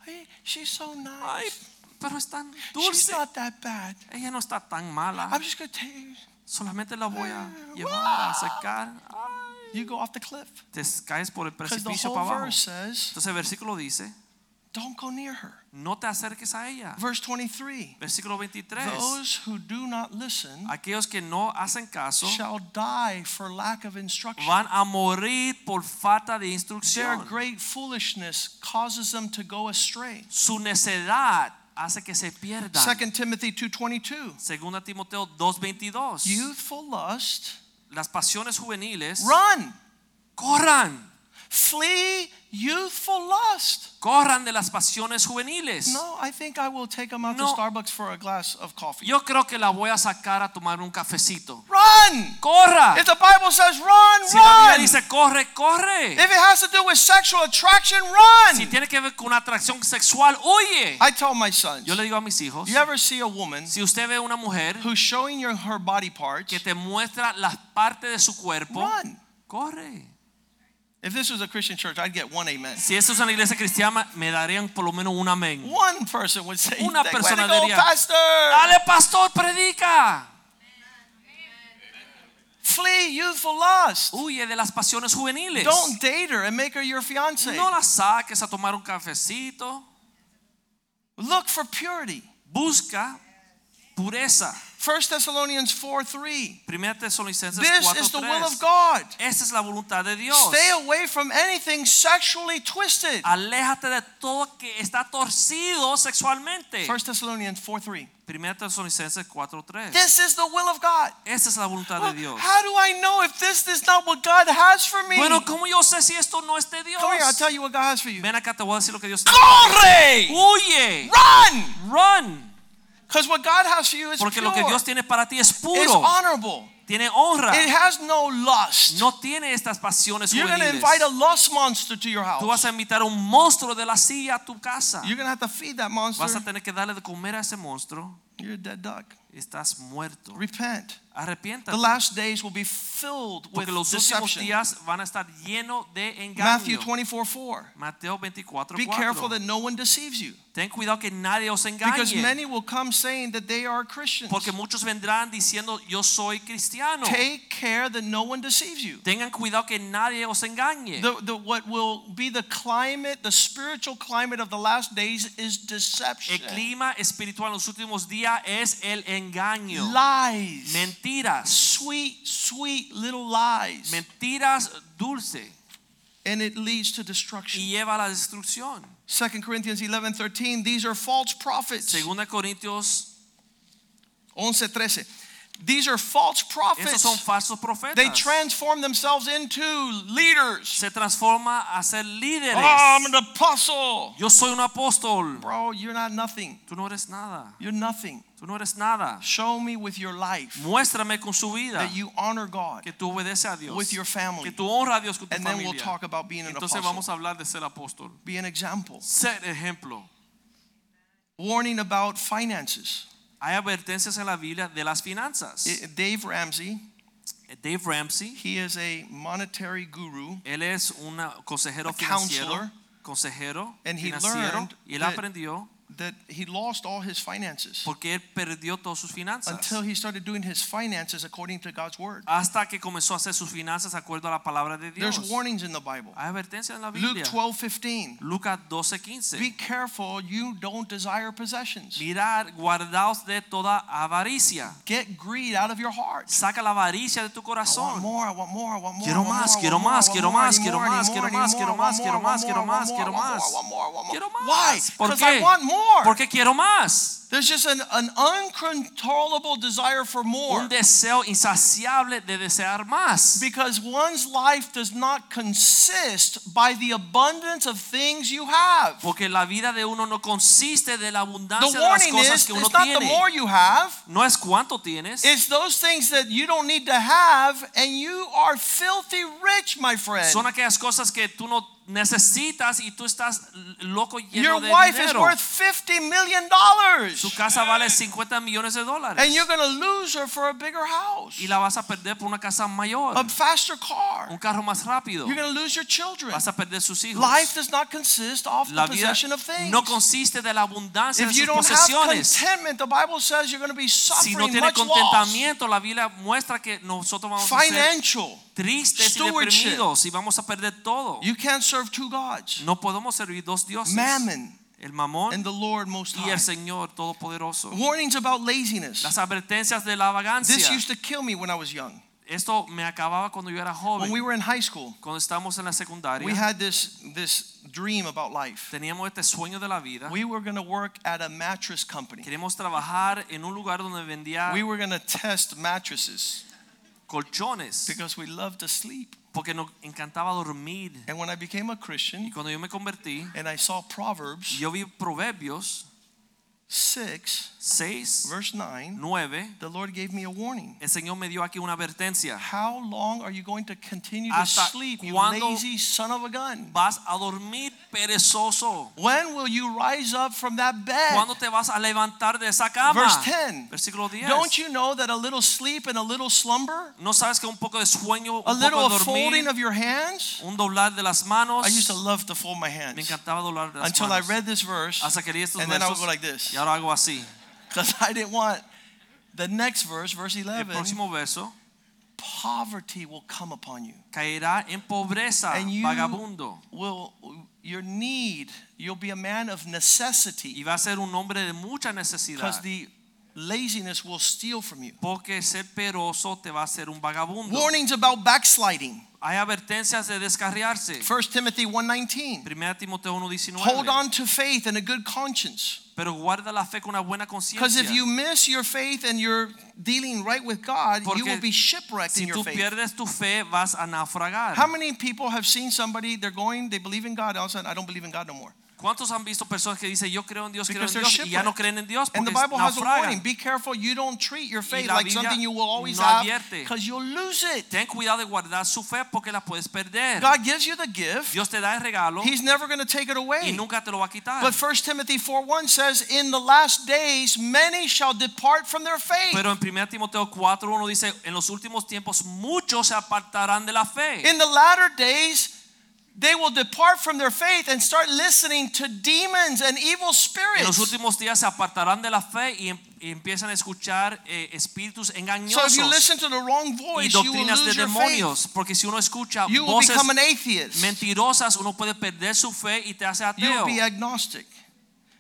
[SPEAKER 1] Hey, she's so
[SPEAKER 2] Ay,
[SPEAKER 1] nice.
[SPEAKER 2] pero es tan
[SPEAKER 1] She's
[SPEAKER 2] dulce.
[SPEAKER 1] not that bad.
[SPEAKER 2] Ella no está tan mala.
[SPEAKER 1] I'm just going to tell you.
[SPEAKER 2] Solamente la voy a llevar a sacar.
[SPEAKER 1] You go off the cliff.
[SPEAKER 2] Te caes por el
[SPEAKER 1] Because the
[SPEAKER 2] precipicio
[SPEAKER 1] whole
[SPEAKER 2] para abajo.
[SPEAKER 1] verse says,
[SPEAKER 2] Entonces el versículo dice,
[SPEAKER 1] don't go near her.
[SPEAKER 2] no te acerques a ella.
[SPEAKER 1] Verse 23
[SPEAKER 2] Versículo 23.
[SPEAKER 1] Those who do not listen
[SPEAKER 2] Aquellos que no hacen caso
[SPEAKER 1] shall die for lack of instruction.
[SPEAKER 2] van a morir por falta de
[SPEAKER 1] Their
[SPEAKER 2] instrucción.
[SPEAKER 1] great foolishness causes them to go astray.
[SPEAKER 2] Su necedad hace que se pierdan.
[SPEAKER 1] 2 Timothy 2:22
[SPEAKER 2] Segunda Timoteo 2:22.
[SPEAKER 1] Youthful lust
[SPEAKER 2] Las pasiones juveniles
[SPEAKER 1] run
[SPEAKER 2] corran,
[SPEAKER 1] flee youthful lust.
[SPEAKER 2] corran de las pasiones juveniles.
[SPEAKER 1] No, I think I will take them out
[SPEAKER 2] No.
[SPEAKER 1] to Starbucks for a glass of coffee.
[SPEAKER 2] Yo creo que la voy a sacar a tomar un cafecito.
[SPEAKER 1] Run!
[SPEAKER 2] Corra.
[SPEAKER 1] If the Bible says run,
[SPEAKER 2] Si la Biblia
[SPEAKER 1] run.
[SPEAKER 2] dice corre, corre.
[SPEAKER 1] If it has to do with sexual attraction, run.
[SPEAKER 2] Si tiene que ver con una atracción sexual, huye.
[SPEAKER 1] I tell my sons,
[SPEAKER 2] Yo le digo a mis hijos,
[SPEAKER 1] you ever see a woman
[SPEAKER 2] si usted ve una mujer
[SPEAKER 1] who's showing you her body parts,
[SPEAKER 2] que te muestra las partes de su cuerpo,
[SPEAKER 1] run.
[SPEAKER 2] corre.
[SPEAKER 1] If this was a Christian church, I'd get one amen.
[SPEAKER 2] Si eso es una iglesia cristiana, me darían por lo menos un amén.
[SPEAKER 1] One person would say,
[SPEAKER 2] Una
[SPEAKER 1] "Way
[SPEAKER 2] persona
[SPEAKER 1] to go,
[SPEAKER 2] diría,
[SPEAKER 1] Pastor!
[SPEAKER 2] Dale, pastor, predica.
[SPEAKER 1] Flee youthful lust.
[SPEAKER 2] Huye de las pasiones juveniles.
[SPEAKER 1] Don't date her and make her your fiance.
[SPEAKER 2] No la saques a tomar un cafecito.
[SPEAKER 1] Look for purity.
[SPEAKER 2] Busca pureza.
[SPEAKER 1] 1 Thessalonians 4 3.
[SPEAKER 2] Primera Tesalonicenses
[SPEAKER 1] This is the will of
[SPEAKER 2] 4:3.
[SPEAKER 1] God.
[SPEAKER 2] Esa es la voluntad de Dios.
[SPEAKER 1] Stay away from anything sexually twisted.
[SPEAKER 2] Aléjate de todo que está torcido sexualmente.
[SPEAKER 1] 1 Thessalonians 4 3.
[SPEAKER 2] Primera Tesalonicenses 4:3.
[SPEAKER 1] This is the will of God.
[SPEAKER 2] Esa es la voluntad
[SPEAKER 1] Well,
[SPEAKER 2] de Dios.
[SPEAKER 1] How do I know if this is not what God has for me?
[SPEAKER 2] Bueno, ¿cómo yo sé si esto no es de Dios?
[SPEAKER 1] Come here, I'll tell you what God has for you.
[SPEAKER 2] Ven acá, te voy a decir lo que Dios
[SPEAKER 1] Corre!
[SPEAKER 2] Huye,
[SPEAKER 1] Run!
[SPEAKER 2] run,
[SPEAKER 1] Because what God has for you is
[SPEAKER 2] porque
[SPEAKER 1] pure.
[SPEAKER 2] lo que Dios tiene para ti es
[SPEAKER 1] it's
[SPEAKER 2] puro,
[SPEAKER 1] honorable.
[SPEAKER 2] tiene honra.
[SPEAKER 1] It has no lust.
[SPEAKER 2] No tiene estas pasiones
[SPEAKER 1] You're going to
[SPEAKER 2] juveniles.
[SPEAKER 1] invite a lust monster to your
[SPEAKER 2] Tú vas
[SPEAKER 1] house.
[SPEAKER 2] a invitar a un monstruo de la silla a tu casa.
[SPEAKER 1] You're going to have to feed that
[SPEAKER 2] Vas a
[SPEAKER 1] monster.
[SPEAKER 2] tener que darle de comer a ese monstruo.
[SPEAKER 1] You're a dead duck.
[SPEAKER 2] Estás muerto.
[SPEAKER 1] Repent.
[SPEAKER 2] Arrepiéntate.
[SPEAKER 1] The last days will be filled with
[SPEAKER 2] Porque los últimos
[SPEAKER 1] deception.
[SPEAKER 2] días van a estar llenos de
[SPEAKER 1] Matthew
[SPEAKER 2] engaño.
[SPEAKER 1] 24 4.
[SPEAKER 2] Mateo 24,
[SPEAKER 1] Be careful that no one deceives you.
[SPEAKER 2] Ten cuidado que nadie os
[SPEAKER 1] Because
[SPEAKER 2] engañe.
[SPEAKER 1] many will come saying that they are Christians.
[SPEAKER 2] Porque muchos vendrán diciendo, yo soy cristiano.
[SPEAKER 1] Take care that no one deceives you.
[SPEAKER 2] Tengan cuidado que nadie os engañe.
[SPEAKER 1] The, the, what will be the climate, the spiritual climate of the last days is deception.
[SPEAKER 2] El clima espiritual en los últimos días es el engaño.
[SPEAKER 1] Lies.
[SPEAKER 2] Mentiras.
[SPEAKER 1] sweet, sweet little lies.
[SPEAKER 2] Mentiras dulce.
[SPEAKER 1] and it leads to
[SPEAKER 2] Y
[SPEAKER 1] destruction.
[SPEAKER 2] lleva a la destrucción.
[SPEAKER 1] 2 Corinthians 11 13, these are false prophets.
[SPEAKER 2] Segunda Corintios,
[SPEAKER 1] 11 13. These are false
[SPEAKER 2] estos
[SPEAKER 1] prophets.
[SPEAKER 2] son falsos
[SPEAKER 1] They
[SPEAKER 2] profetas.
[SPEAKER 1] transform themselves into leaders.
[SPEAKER 2] Se transforma a ser líderes.
[SPEAKER 1] Oh, I'm an apostle.
[SPEAKER 2] Yo soy un apóstol.
[SPEAKER 1] Bro, you're not nothing.
[SPEAKER 2] Tú no eres nada.
[SPEAKER 1] You're nothing.
[SPEAKER 2] Tú no eres nada.
[SPEAKER 1] Show me with your life
[SPEAKER 2] Muéstrame con su vida
[SPEAKER 1] that you honor God.
[SPEAKER 2] que tú obedeces a Dios.
[SPEAKER 1] with your family.
[SPEAKER 2] Que tú honras a Dios con tu
[SPEAKER 1] And then we'll
[SPEAKER 2] familia.
[SPEAKER 1] talk about being an
[SPEAKER 2] Entonces vamos
[SPEAKER 1] apostle.
[SPEAKER 2] a hablar de ser apóstol.
[SPEAKER 1] Be an example.
[SPEAKER 2] Ser ejemplo.
[SPEAKER 1] Warning about finances.
[SPEAKER 2] Hay advertencias en la Biblia de las finanzas.
[SPEAKER 1] I- Dave Ramsey,
[SPEAKER 2] Dave Ramsey,
[SPEAKER 1] he is a monetary guru,
[SPEAKER 2] él es un consejero
[SPEAKER 1] A counselor.
[SPEAKER 2] financiero, consejero
[SPEAKER 1] And he
[SPEAKER 2] financiero
[SPEAKER 1] learned
[SPEAKER 2] y él
[SPEAKER 1] that-
[SPEAKER 2] aprendió
[SPEAKER 1] that he lost all his finances
[SPEAKER 2] porque él perdió todas sus finanzas
[SPEAKER 1] until he started doing his finances according to God's word.
[SPEAKER 2] hasta que comenzó a hacer sus finanzas de acuerdo a la palabra de Dios.
[SPEAKER 1] There's warnings in the Bible.
[SPEAKER 2] Hay advertencias en la
[SPEAKER 1] Luke
[SPEAKER 2] Biblia.
[SPEAKER 1] 12 15.
[SPEAKER 2] Lucas
[SPEAKER 1] Be
[SPEAKER 2] 12:15.
[SPEAKER 1] careful you don't desire possessions.
[SPEAKER 2] Mirad, guardaos de toda avaricia.
[SPEAKER 1] Get greed out of your heart.
[SPEAKER 2] Saca la avaricia de tu
[SPEAKER 1] I want
[SPEAKER 2] corazón.
[SPEAKER 1] more, I want more, I want more. I
[SPEAKER 2] Quiero
[SPEAKER 1] want
[SPEAKER 2] más,
[SPEAKER 1] more, I
[SPEAKER 2] quiero
[SPEAKER 1] want more, I
[SPEAKER 2] más,
[SPEAKER 1] want
[SPEAKER 2] quiero
[SPEAKER 1] more, I
[SPEAKER 2] más,
[SPEAKER 1] need
[SPEAKER 2] quiero
[SPEAKER 1] more, I need
[SPEAKER 2] más,
[SPEAKER 1] more,
[SPEAKER 2] quiero
[SPEAKER 1] I need more,
[SPEAKER 2] más, quiero
[SPEAKER 1] I want
[SPEAKER 2] más,
[SPEAKER 1] more,
[SPEAKER 2] quiero
[SPEAKER 1] I want
[SPEAKER 2] más, quiero
[SPEAKER 1] more, I
[SPEAKER 2] más,
[SPEAKER 1] want
[SPEAKER 2] quiero
[SPEAKER 1] more, I want more, I
[SPEAKER 2] más.
[SPEAKER 1] want more, I want more.
[SPEAKER 2] Quiero
[SPEAKER 1] Why?
[SPEAKER 2] más. ¿Por
[SPEAKER 1] Because I
[SPEAKER 2] qué?
[SPEAKER 1] want more.
[SPEAKER 2] Porque quiero más.
[SPEAKER 1] There's just an, an uncontrollable desire for more
[SPEAKER 2] un deseo insaciable de desear más.
[SPEAKER 1] because one's life does not consist by the abundance of things you have.
[SPEAKER 2] Porque la vida de uno no consiste de la
[SPEAKER 1] The
[SPEAKER 2] abundancia de las
[SPEAKER 1] warning
[SPEAKER 2] cosas
[SPEAKER 1] is
[SPEAKER 2] que uno
[SPEAKER 1] it's not the
[SPEAKER 2] tiene.
[SPEAKER 1] more you have,
[SPEAKER 2] No es cuánto tienes,
[SPEAKER 1] it's those things that you don't need to have, and you are filthy rich, my friend.
[SPEAKER 2] son aquellas cosas que tú no necesitas y tú estás loco lleno
[SPEAKER 1] Your
[SPEAKER 2] de
[SPEAKER 1] wife is
[SPEAKER 2] dinero.
[SPEAKER 1] worth $50 million.
[SPEAKER 2] Su casa vale 50 millones de dólares
[SPEAKER 1] And you're going to lose her for a bigger house,
[SPEAKER 2] y la vas a perder por una casa mayor,
[SPEAKER 1] a faster
[SPEAKER 2] un
[SPEAKER 1] car.
[SPEAKER 2] carro más rápido.
[SPEAKER 1] You're going to lose your children.
[SPEAKER 2] Vas a perder sus hijos.
[SPEAKER 1] Life does not consist of the
[SPEAKER 2] La vida
[SPEAKER 1] possession of things.
[SPEAKER 2] no consiste de la abundancia de
[SPEAKER 1] If you
[SPEAKER 2] sus
[SPEAKER 1] don't have
[SPEAKER 2] posesiones.
[SPEAKER 1] contentment, the Bible says you're going to be
[SPEAKER 2] Si no
[SPEAKER 1] suffering
[SPEAKER 2] tiene
[SPEAKER 1] much loss,
[SPEAKER 2] contentamiento, la Biblia muestra que nosotros vamos a ser
[SPEAKER 1] financial.
[SPEAKER 2] tristes y
[SPEAKER 1] stewardship.
[SPEAKER 2] deprimidos y vamos a perder todo.
[SPEAKER 1] You can't serve two gods,
[SPEAKER 2] No podemos servir dos dioses,
[SPEAKER 1] mammon
[SPEAKER 2] el
[SPEAKER 1] and
[SPEAKER 2] mamón
[SPEAKER 1] the Lord Most
[SPEAKER 2] y el
[SPEAKER 1] High.
[SPEAKER 2] Señor Todopoderoso.
[SPEAKER 1] Warnings about laziness.
[SPEAKER 2] Las advertencias de la
[SPEAKER 1] This
[SPEAKER 2] vagancia.
[SPEAKER 1] used to kill me when I was young.
[SPEAKER 2] Esto me acababa cuando yo era
[SPEAKER 1] When
[SPEAKER 2] joven.
[SPEAKER 1] we were in high school,
[SPEAKER 2] cuando estábamos en la
[SPEAKER 1] we
[SPEAKER 2] secundaria,
[SPEAKER 1] had this this dream about life.
[SPEAKER 2] teníamos este sueño de la vida.
[SPEAKER 1] We were going to work at a mattress company.
[SPEAKER 2] Queríamos trabajar en un lugar donde vendía
[SPEAKER 1] We were going to test mattresses
[SPEAKER 2] colchones
[SPEAKER 1] because we loved to sleep.
[SPEAKER 2] porque nos encantaba dormir.
[SPEAKER 1] And when I became a
[SPEAKER 2] Y
[SPEAKER 1] Christian
[SPEAKER 2] cuando yo me convertí,
[SPEAKER 1] and I saw Proverbs
[SPEAKER 2] yo vi Proverbios
[SPEAKER 1] 6
[SPEAKER 2] 6,
[SPEAKER 1] verse 9,
[SPEAKER 2] 9.
[SPEAKER 1] the Lord gave me a warning.
[SPEAKER 2] El Señor me dio aquí una advertencia.
[SPEAKER 1] How long are you going to continue to
[SPEAKER 2] Hasta
[SPEAKER 1] sleep, you
[SPEAKER 2] cuándo-
[SPEAKER 1] lazy son of a gun?
[SPEAKER 2] Vas a dormir perezoso.
[SPEAKER 1] When will you rise up from that
[SPEAKER 2] ¿Cuándo
[SPEAKER 1] bed?
[SPEAKER 2] te vas a levantar de esa cama?
[SPEAKER 1] Verse 10.
[SPEAKER 2] Versículo 10.
[SPEAKER 1] Don't you know that a little sleep and a little slumber,
[SPEAKER 2] ¿No sabes que un poco de sueño,
[SPEAKER 1] a
[SPEAKER 2] un
[SPEAKER 1] little
[SPEAKER 2] poco de
[SPEAKER 1] folding
[SPEAKER 2] dormir,
[SPEAKER 1] of your hands?
[SPEAKER 2] un doblar de las manos?
[SPEAKER 1] I used to love to fold my
[SPEAKER 2] Me
[SPEAKER 1] hands
[SPEAKER 2] encantaba doblar de las
[SPEAKER 1] until I
[SPEAKER 2] manos.
[SPEAKER 1] read this verse,
[SPEAKER 2] Hasta que leí estos
[SPEAKER 1] and then I would
[SPEAKER 2] versos
[SPEAKER 1] go like this
[SPEAKER 2] y ahora hago así.
[SPEAKER 1] because I didn't want the next verse, verse
[SPEAKER 2] El
[SPEAKER 1] 11.
[SPEAKER 2] próximo verso
[SPEAKER 1] Poverty will come upon you.
[SPEAKER 2] caerá en pobreza,
[SPEAKER 1] And you-
[SPEAKER 2] Ah, vagabundo,
[SPEAKER 1] Will your need? You'll be a man of
[SPEAKER 2] y
[SPEAKER 1] necessity
[SPEAKER 2] va a ser un hombre de mucha
[SPEAKER 1] because
[SPEAKER 2] necesidad,
[SPEAKER 1] the laziness will steal from you.
[SPEAKER 2] porque ser peroso te va a hacer un vagabundo.
[SPEAKER 1] Warnings about backsliding.
[SPEAKER 2] Hay advertencias de descarriarse.
[SPEAKER 1] 1 Timothy 1:19.
[SPEAKER 2] 1 Timoteo 1:19.
[SPEAKER 1] Hold on to faith and a good conscience.
[SPEAKER 2] Pero guarda la fe con una buena
[SPEAKER 1] Because
[SPEAKER 2] conciencia.
[SPEAKER 1] if you miss your faith and you're dealing right with God, you
[SPEAKER 2] Porque
[SPEAKER 1] will be shipwrecked
[SPEAKER 2] si
[SPEAKER 1] in your
[SPEAKER 2] tú
[SPEAKER 1] faith.
[SPEAKER 2] pierdes tu fe, vas a naufragar.
[SPEAKER 1] How many people have seen somebody they're going, they believe in God, all of a sudden I don't believe in God no more.
[SPEAKER 2] ¿Cuántos han visto personas que dicen yo creo en Dios, creo en
[SPEAKER 1] Because they're
[SPEAKER 2] Dios y ya
[SPEAKER 1] shipwrecked.
[SPEAKER 2] no creen en Dios
[SPEAKER 1] And
[SPEAKER 2] porque
[SPEAKER 1] the Bible has a warning.
[SPEAKER 2] naufragan?
[SPEAKER 1] Be careful you don't treat your faith
[SPEAKER 2] la
[SPEAKER 1] like
[SPEAKER 2] Biblia
[SPEAKER 1] something you will always
[SPEAKER 2] no
[SPEAKER 1] have
[SPEAKER 2] advierte.
[SPEAKER 1] because you'll lose it.
[SPEAKER 2] Ten cuidado de guardar su fe porque la puedes perder.
[SPEAKER 1] God gives you the gift.
[SPEAKER 2] Dios te da el regalo
[SPEAKER 1] He's never going to take it
[SPEAKER 2] y
[SPEAKER 1] away.
[SPEAKER 2] nunca te lo va a quitar.
[SPEAKER 1] But 1 Timothy 4:1 says, "In the last days many shall depart from their faith."
[SPEAKER 2] Pero en 1 Timoteo 4, uno dice, en los últimos tiempos muchos se apartarán de la fe.
[SPEAKER 1] In the latter days, they will depart from their faith and start listening to demons and evil
[SPEAKER 2] En los
[SPEAKER 1] spirits.
[SPEAKER 2] últimos días se apartarán de la fe y, em- y empiezan a escuchar eh, espíritus
[SPEAKER 1] So if you
[SPEAKER 2] engañosos
[SPEAKER 1] listen to the wrong
[SPEAKER 2] y
[SPEAKER 1] voice, you will
[SPEAKER 2] doctrinas de
[SPEAKER 1] lose your faith.
[SPEAKER 2] demonios. Porque si uno escucha
[SPEAKER 1] You will
[SPEAKER 2] voces
[SPEAKER 1] become an atheist.
[SPEAKER 2] mentirosas, uno puede perder su fe y te hace
[SPEAKER 1] You'll
[SPEAKER 2] ateo.
[SPEAKER 1] be agnostic.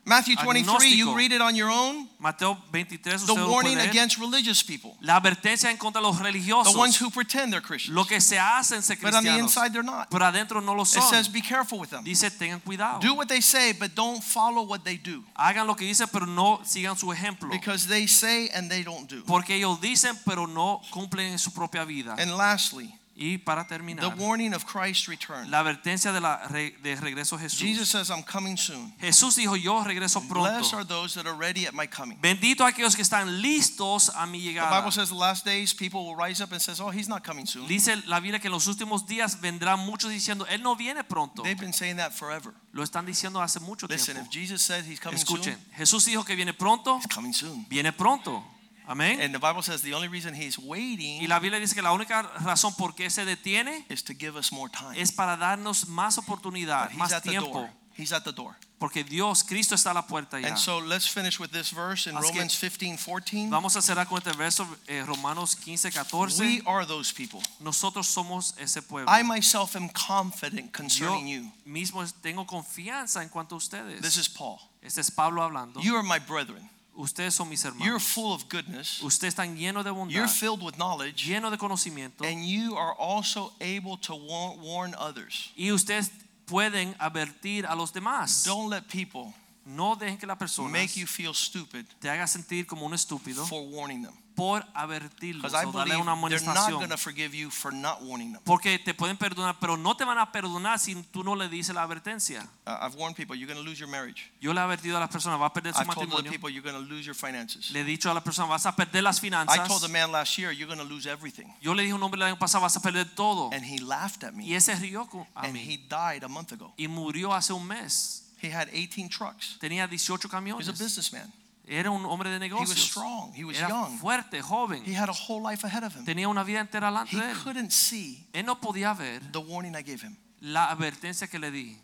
[SPEAKER 1] Matthew 23, you
[SPEAKER 2] Agnóstico.
[SPEAKER 1] read it on your own.
[SPEAKER 2] Mateo 23,
[SPEAKER 1] The
[SPEAKER 2] usted lo puede
[SPEAKER 1] warning
[SPEAKER 2] leer.
[SPEAKER 1] against religious people,
[SPEAKER 2] La advertencia en contra de los
[SPEAKER 1] the ones
[SPEAKER 2] religiosos.
[SPEAKER 1] who pretend they're Christians,
[SPEAKER 2] Lo que se hacen se
[SPEAKER 1] but on the
[SPEAKER 2] cristianos,
[SPEAKER 1] inside they're not.
[SPEAKER 2] pero adentro no lo
[SPEAKER 1] It
[SPEAKER 2] son.
[SPEAKER 1] says, be careful with them.
[SPEAKER 2] Dice, tengan cuidado.
[SPEAKER 1] Do what they say, but don't follow what they do.
[SPEAKER 2] Hagan lo que dice, pero no sigan su ejemplo.
[SPEAKER 1] Because they say and they don't do.
[SPEAKER 2] Porque ellos dicen, pero no cumplen en su propia vida.
[SPEAKER 1] And lastly,
[SPEAKER 2] Y para
[SPEAKER 1] the
[SPEAKER 2] terminar,
[SPEAKER 1] warning of Christ's return.
[SPEAKER 2] la advertencia de, la, re- de regreso a Jesús.
[SPEAKER 1] Jesus says, I'm coming soon.
[SPEAKER 2] Jesús dijo, yo regreso
[SPEAKER 1] Blessed
[SPEAKER 2] pronto.
[SPEAKER 1] are those that are ready at my coming.
[SPEAKER 2] Bendito aquellos que están listos a mi
[SPEAKER 1] The
[SPEAKER 2] llegada.
[SPEAKER 1] Bible says the last days people will rise up and says, oh, he's not coming soon.
[SPEAKER 2] Dice la Biblia que en los últimos días vendrán muchos diciendo, Él no viene pronto.
[SPEAKER 1] They've been saying that forever.
[SPEAKER 2] Lo están diciendo hace mucho
[SPEAKER 1] Listen, if
[SPEAKER 2] tiempo.
[SPEAKER 1] Jesus said he's coming soon,
[SPEAKER 2] Escuchen, Jesús dijo que viene pronto,
[SPEAKER 1] he's coming soon.
[SPEAKER 2] viene pronto. Amén.
[SPEAKER 1] And the Bible says the only reason he's
[SPEAKER 2] Y
[SPEAKER 1] waiting
[SPEAKER 2] la Biblia dice que la única razón por qué se detiene
[SPEAKER 1] is to give us more time.
[SPEAKER 2] es para darnos más oportunidad,
[SPEAKER 1] He's
[SPEAKER 2] más
[SPEAKER 1] at the door.
[SPEAKER 2] tiempo.
[SPEAKER 1] He's at the door.
[SPEAKER 2] Porque Dios, Cristo está a la puerta ya.
[SPEAKER 1] And so let's finish with this verse in
[SPEAKER 2] Así que-
[SPEAKER 1] Romans 15, 14.
[SPEAKER 2] Vamos a cerrar con este verso, eh, Romanos 15, 14.
[SPEAKER 1] We are those people.
[SPEAKER 2] Nosotros somos ese pueblo.
[SPEAKER 1] I myself am confident
[SPEAKER 2] Yo
[SPEAKER 1] concerning you.
[SPEAKER 2] mismo tengo confianza en cuanto a ustedes.
[SPEAKER 1] This is Paul.
[SPEAKER 2] este es Pablo hablando.
[SPEAKER 1] You are my brethren.
[SPEAKER 2] ustedes son mis
[SPEAKER 1] You're
[SPEAKER 2] hermanos.
[SPEAKER 1] full of goodness.
[SPEAKER 2] Ustedes están llenos de bondad,
[SPEAKER 1] You're filled with knowledge.
[SPEAKER 2] llenos de conocimiento.
[SPEAKER 1] And you are also able to wa- warn others.
[SPEAKER 2] y ustedes pueden advertir a los demás.
[SPEAKER 1] Don't let people
[SPEAKER 2] No dejen que las personas
[SPEAKER 1] make you feel stupid
[SPEAKER 2] te haga sentir como un estúpido
[SPEAKER 1] for warning them.
[SPEAKER 2] por advertirlos
[SPEAKER 1] Because I
[SPEAKER 2] o darle
[SPEAKER 1] believe
[SPEAKER 2] una
[SPEAKER 1] they're not going
[SPEAKER 2] amonestación.
[SPEAKER 1] to forgive you for not warning them.
[SPEAKER 2] Porque te pueden perdonar, pero no te van a perdonar si tú no le dices la advertencia.
[SPEAKER 1] Uh, I've warned people, you're going to lose your marriage.
[SPEAKER 2] Yo le he advertido a las personas, vas a perder su
[SPEAKER 1] I've told other
[SPEAKER 2] matrimonio.
[SPEAKER 1] people, you're going to lose your finances.
[SPEAKER 2] Le he dicho a las personas, vas a perder las
[SPEAKER 1] I told a
[SPEAKER 2] finanzas.
[SPEAKER 1] man last year, you're going to lose everything.
[SPEAKER 2] Yo le dije a un hombre el año pasado, vas a perder todo.
[SPEAKER 1] And he laughed at
[SPEAKER 2] Y
[SPEAKER 1] me.
[SPEAKER 2] ese rió con- a
[SPEAKER 1] And he
[SPEAKER 2] mí.
[SPEAKER 1] died a month ago.
[SPEAKER 2] Y murió hace un mes.
[SPEAKER 1] He had 18 trucks.
[SPEAKER 2] Tenía
[SPEAKER 1] He
[SPEAKER 2] 18
[SPEAKER 1] was a
[SPEAKER 2] camiones.
[SPEAKER 1] businessman.
[SPEAKER 2] Era un hombre de
[SPEAKER 1] He was
[SPEAKER 2] negocios.
[SPEAKER 1] strong. He was
[SPEAKER 2] Era
[SPEAKER 1] young.
[SPEAKER 2] fuerte, joven.
[SPEAKER 1] He had a whole life ahead of him.
[SPEAKER 2] Tenía una vida entera delante
[SPEAKER 1] He
[SPEAKER 2] de él.
[SPEAKER 1] couldn't see
[SPEAKER 2] Él no podía ver
[SPEAKER 1] the warning I gave him.
[SPEAKER 2] la advertencia que le di.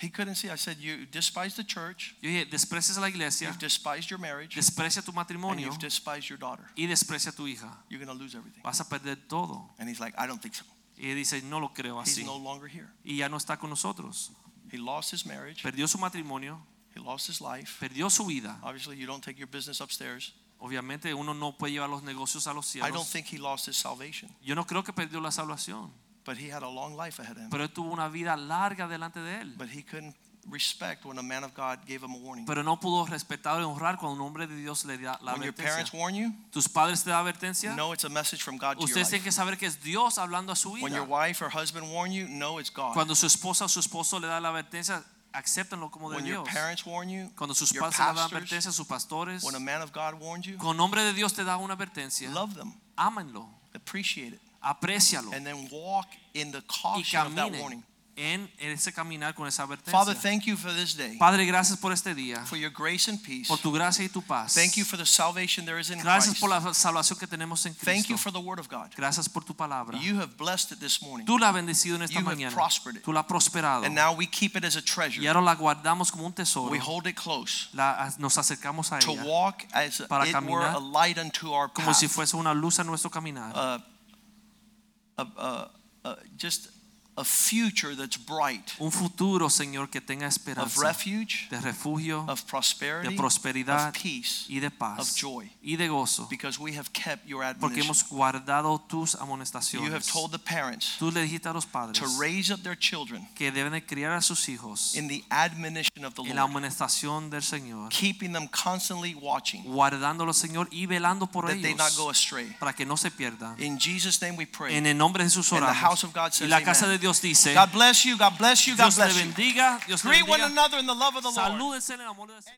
[SPEAKER 1] He couldn't see. I said, You despise the church,
[SPEAKER 2] Yo dije, desprecias a la iglesia,
[SPEAKER 1] you've despised your marriage,
[SPEAKER 2] desprecia tu
[SPEAKER 1] and
[SPEAKER 2] matrimonio
[SPEAKER 1] you've despised your daughter.
[SPEAKER 2] y desprecia a tu hija.
[SPEAKER 1] You're going to lose everything.
[SPEAKER 2] Vas a perder todo.
[SPEAKER 1] And he's like, I don't think so.
[SPEAKER 2] Y él dice, no lo creo
[SPEAKER 1] He's
[SPEAKER 2] así.
[SPEAKER 1] no longer here.
[SPEAKER 2] Y ya no está con nosotros.
[SPEAKER 1] He lost his marriage,
[SPEAKER 2] Perdió su matrimonio,
[SPEAKER 1] he lost his life.
[SPEAKER 2] perdió su vida.
[SPEAKER 1] Obviously, you don't take your business upstairs.
[SPEAKER 2] Obviamente uno no puede llevar los negocios a los
[SPEAKER 1] I don't
[SPEAKER 2] cielos.
[SPEAKER 1] think he lost his salvation,
[SPEAKER 2] Yo no creo que perdió la salvación,
[SPEAKER 1] but he had a long life ahead of him.
[SPEAKER 2] pero él tuvo una vida larga delante de él.
[SPEAKER 1] But he couldn't respect when a man of God gave him a warning.
[SPEAKER 2] Pero no pudo respetar y honrar cuando un hombre de Dios le da la
[SPEAKER 1] When your parents
[SPEAKER 2] advertencia.
[SPEAKER 1] warn you,
[SPEAKER 2] Tus padres te dan advertencia.
[SPEAKER 1] know it's a message from God to your
[SPEAKER 2] Ustedes tienen
[SPEAKER 1] life.
[SPEAKER 2] que saber que es Dios hablando a su
[SPEAKER 1] When your
[SPEAKER 2] vida.
[SPEAKER 1] wife or husband warn you, know it's God.
[SPEAKER 2] Cuando su esposa o su esposo le da la advertencia, acéptenlo como de
[SPEAKER 1] When your
[SPEAKER 2] Dios.
[SPEAKER 1] parents warn you,
[SPEAKER 2] Cuando sus
[SPEAKER 1] your
[SPEAKER 2] padres le dan
[SPEAKER 1] pastors,
[SPEAKER 2] advertencia, sus pastores,
[SPEAKER 1] when a man of God warned you,
[SPEAKER 2] con nombre de Dios te da una advertencia.
[SPEAKER 1] love them,
[SPEAKER 2] Ámenlo,
[SPEAKER 1] appreciate it,
[SPEAKER 2] aprécialo
[SPEAKER 1] and then walk in the
[SPEAKER 2] y
[SPEAKER 1] caution of that warning.
[SPEAKER 2] caminen en ese caminar con esa
[SPEAKER 1] Father,
[SPEAKER 2] advertencia.
[SPEAKER 1] thank you for this day,
[SPEAKER 2] Padre, gracias por este día,
[SPEAKER 1] for your grace and peace.
[SPEAKER 2] por tu gracia y tu paz.
[SPEAKER 1] Thank you for the salvation there is in
[SPEAKER 2] Gracias
[SPEAKER 1] Christ.
[SPEAKER 2] por la salvación que tenemos en
[SPEAKER 1] Thank you
[SPEAKER 2] Cristo.
[SPEAKER 1] for the word of God.
[SPEAKER 2] Gracias por tu palabra.
[SPEAKER 1] You have blessed it this morning,
[SPEAKER 2] Tú la has bendecido en esta
[SPEAKER 1] You have
[SPEAKER 2] mañana.
[SPEAKER 1] prospered it.
[SPEAKER 2] Tú la has prosperado.
[SPEAKER 1] and now we keep it as a
[SPEAKER 2] Y
[SPEAKER 1] treasure.
[SPEAKER 2] ahora la guardamos como un tesoro.
[SPEAKER 1] We hold it close.
[SPEAKER 2] La- nos acercamos a
[SPEAKER 1] to
[SPEAKER 2] ella
[SPEAKER 1] walk as
[SPEAKER 2] Para
[SPEAKER 1] it were
[SPEAKER 2] caminar
[SPEAKER 1] a light unto our
[SPEAKER 2] como
[SPEAKER 1] path.
[SPEAKER 2] si fuese una luz a nuestro caminar.
[SPEAKER 1] a, a- a- just a future that's bright
[SPEAKER 2] un futuro, Señor, que tenga
[SPEAKER 1] of
[SPEAKER 2] esperanza
[SPEAKER 1] refuge,
[SPEAKER 2] de refugio,
[SPEAKER 1] of prosperity,
[SPEAKER 2] de prosperidad
[SPEAKER 1] of peace,
[SPEAKER 2] y de
[SPEAKER 1] of
[SPEAKER 2] paz
[SPEAKER 1] joy,
[SPEAKER 2] y de gozo,
[SPEAKER 1] because we have kept your
[SPEAKER 2] porque
[SPEAKER 1] admonition.
[SPEAKER 2] hemos guardado tus
[SPEAKER 1] You have
[SPEAKER 2] amonestaciones.
[SPEAKER 1] told the parents
[SPEAKER 2] Tú le dijiste a los padres
[SPEAKER 1] to raise up their children
[SPEAKER 2] que deben de criar a sus hijos
[SPEAKER 1] in the admonition of the
[SPEAKER 2] en la
[SPEAKER 1] Lord,
[SPEAKER 2] amonestación del Señor,
[SPEAKER 1] keeping them constantly watching
[SPEAKER 2] guardándolos, Señor, y velando por
[SPEAKER 1] that they not go
[SPEAKER 2] ellos
[SPEAKER 1] astray.
[SPEAKER 2] para que no se pierdan.
[SPEAKER 1] In Jesus' name we pray.
[SPEAKER 2] En el nombre de Jesús
[SPEAKER 1] And the house
[SPEAKER 2] oramos.
[SPEAKER 1] of God
[SPEAKER 2] Y
[SPEAKER 1] says,
[SPEAKER 2] la casa de
[SPEAKER 1] amen.
[SPEAKER 2] Dios dice,
[SPEAKER 1] God bless you, God bless you, God
[SPEAKER 2] Dios le
[SPEAKER 1] bless you.
[SPEAKER 2] bendiga, Dios le
[SPEAKER 1] Greet one
[SPEAKER 2] bendiga.
[SPEAKER 1] another in the love of the Lord.
[SPEAKER 2] Salúdense en el amor de Dios.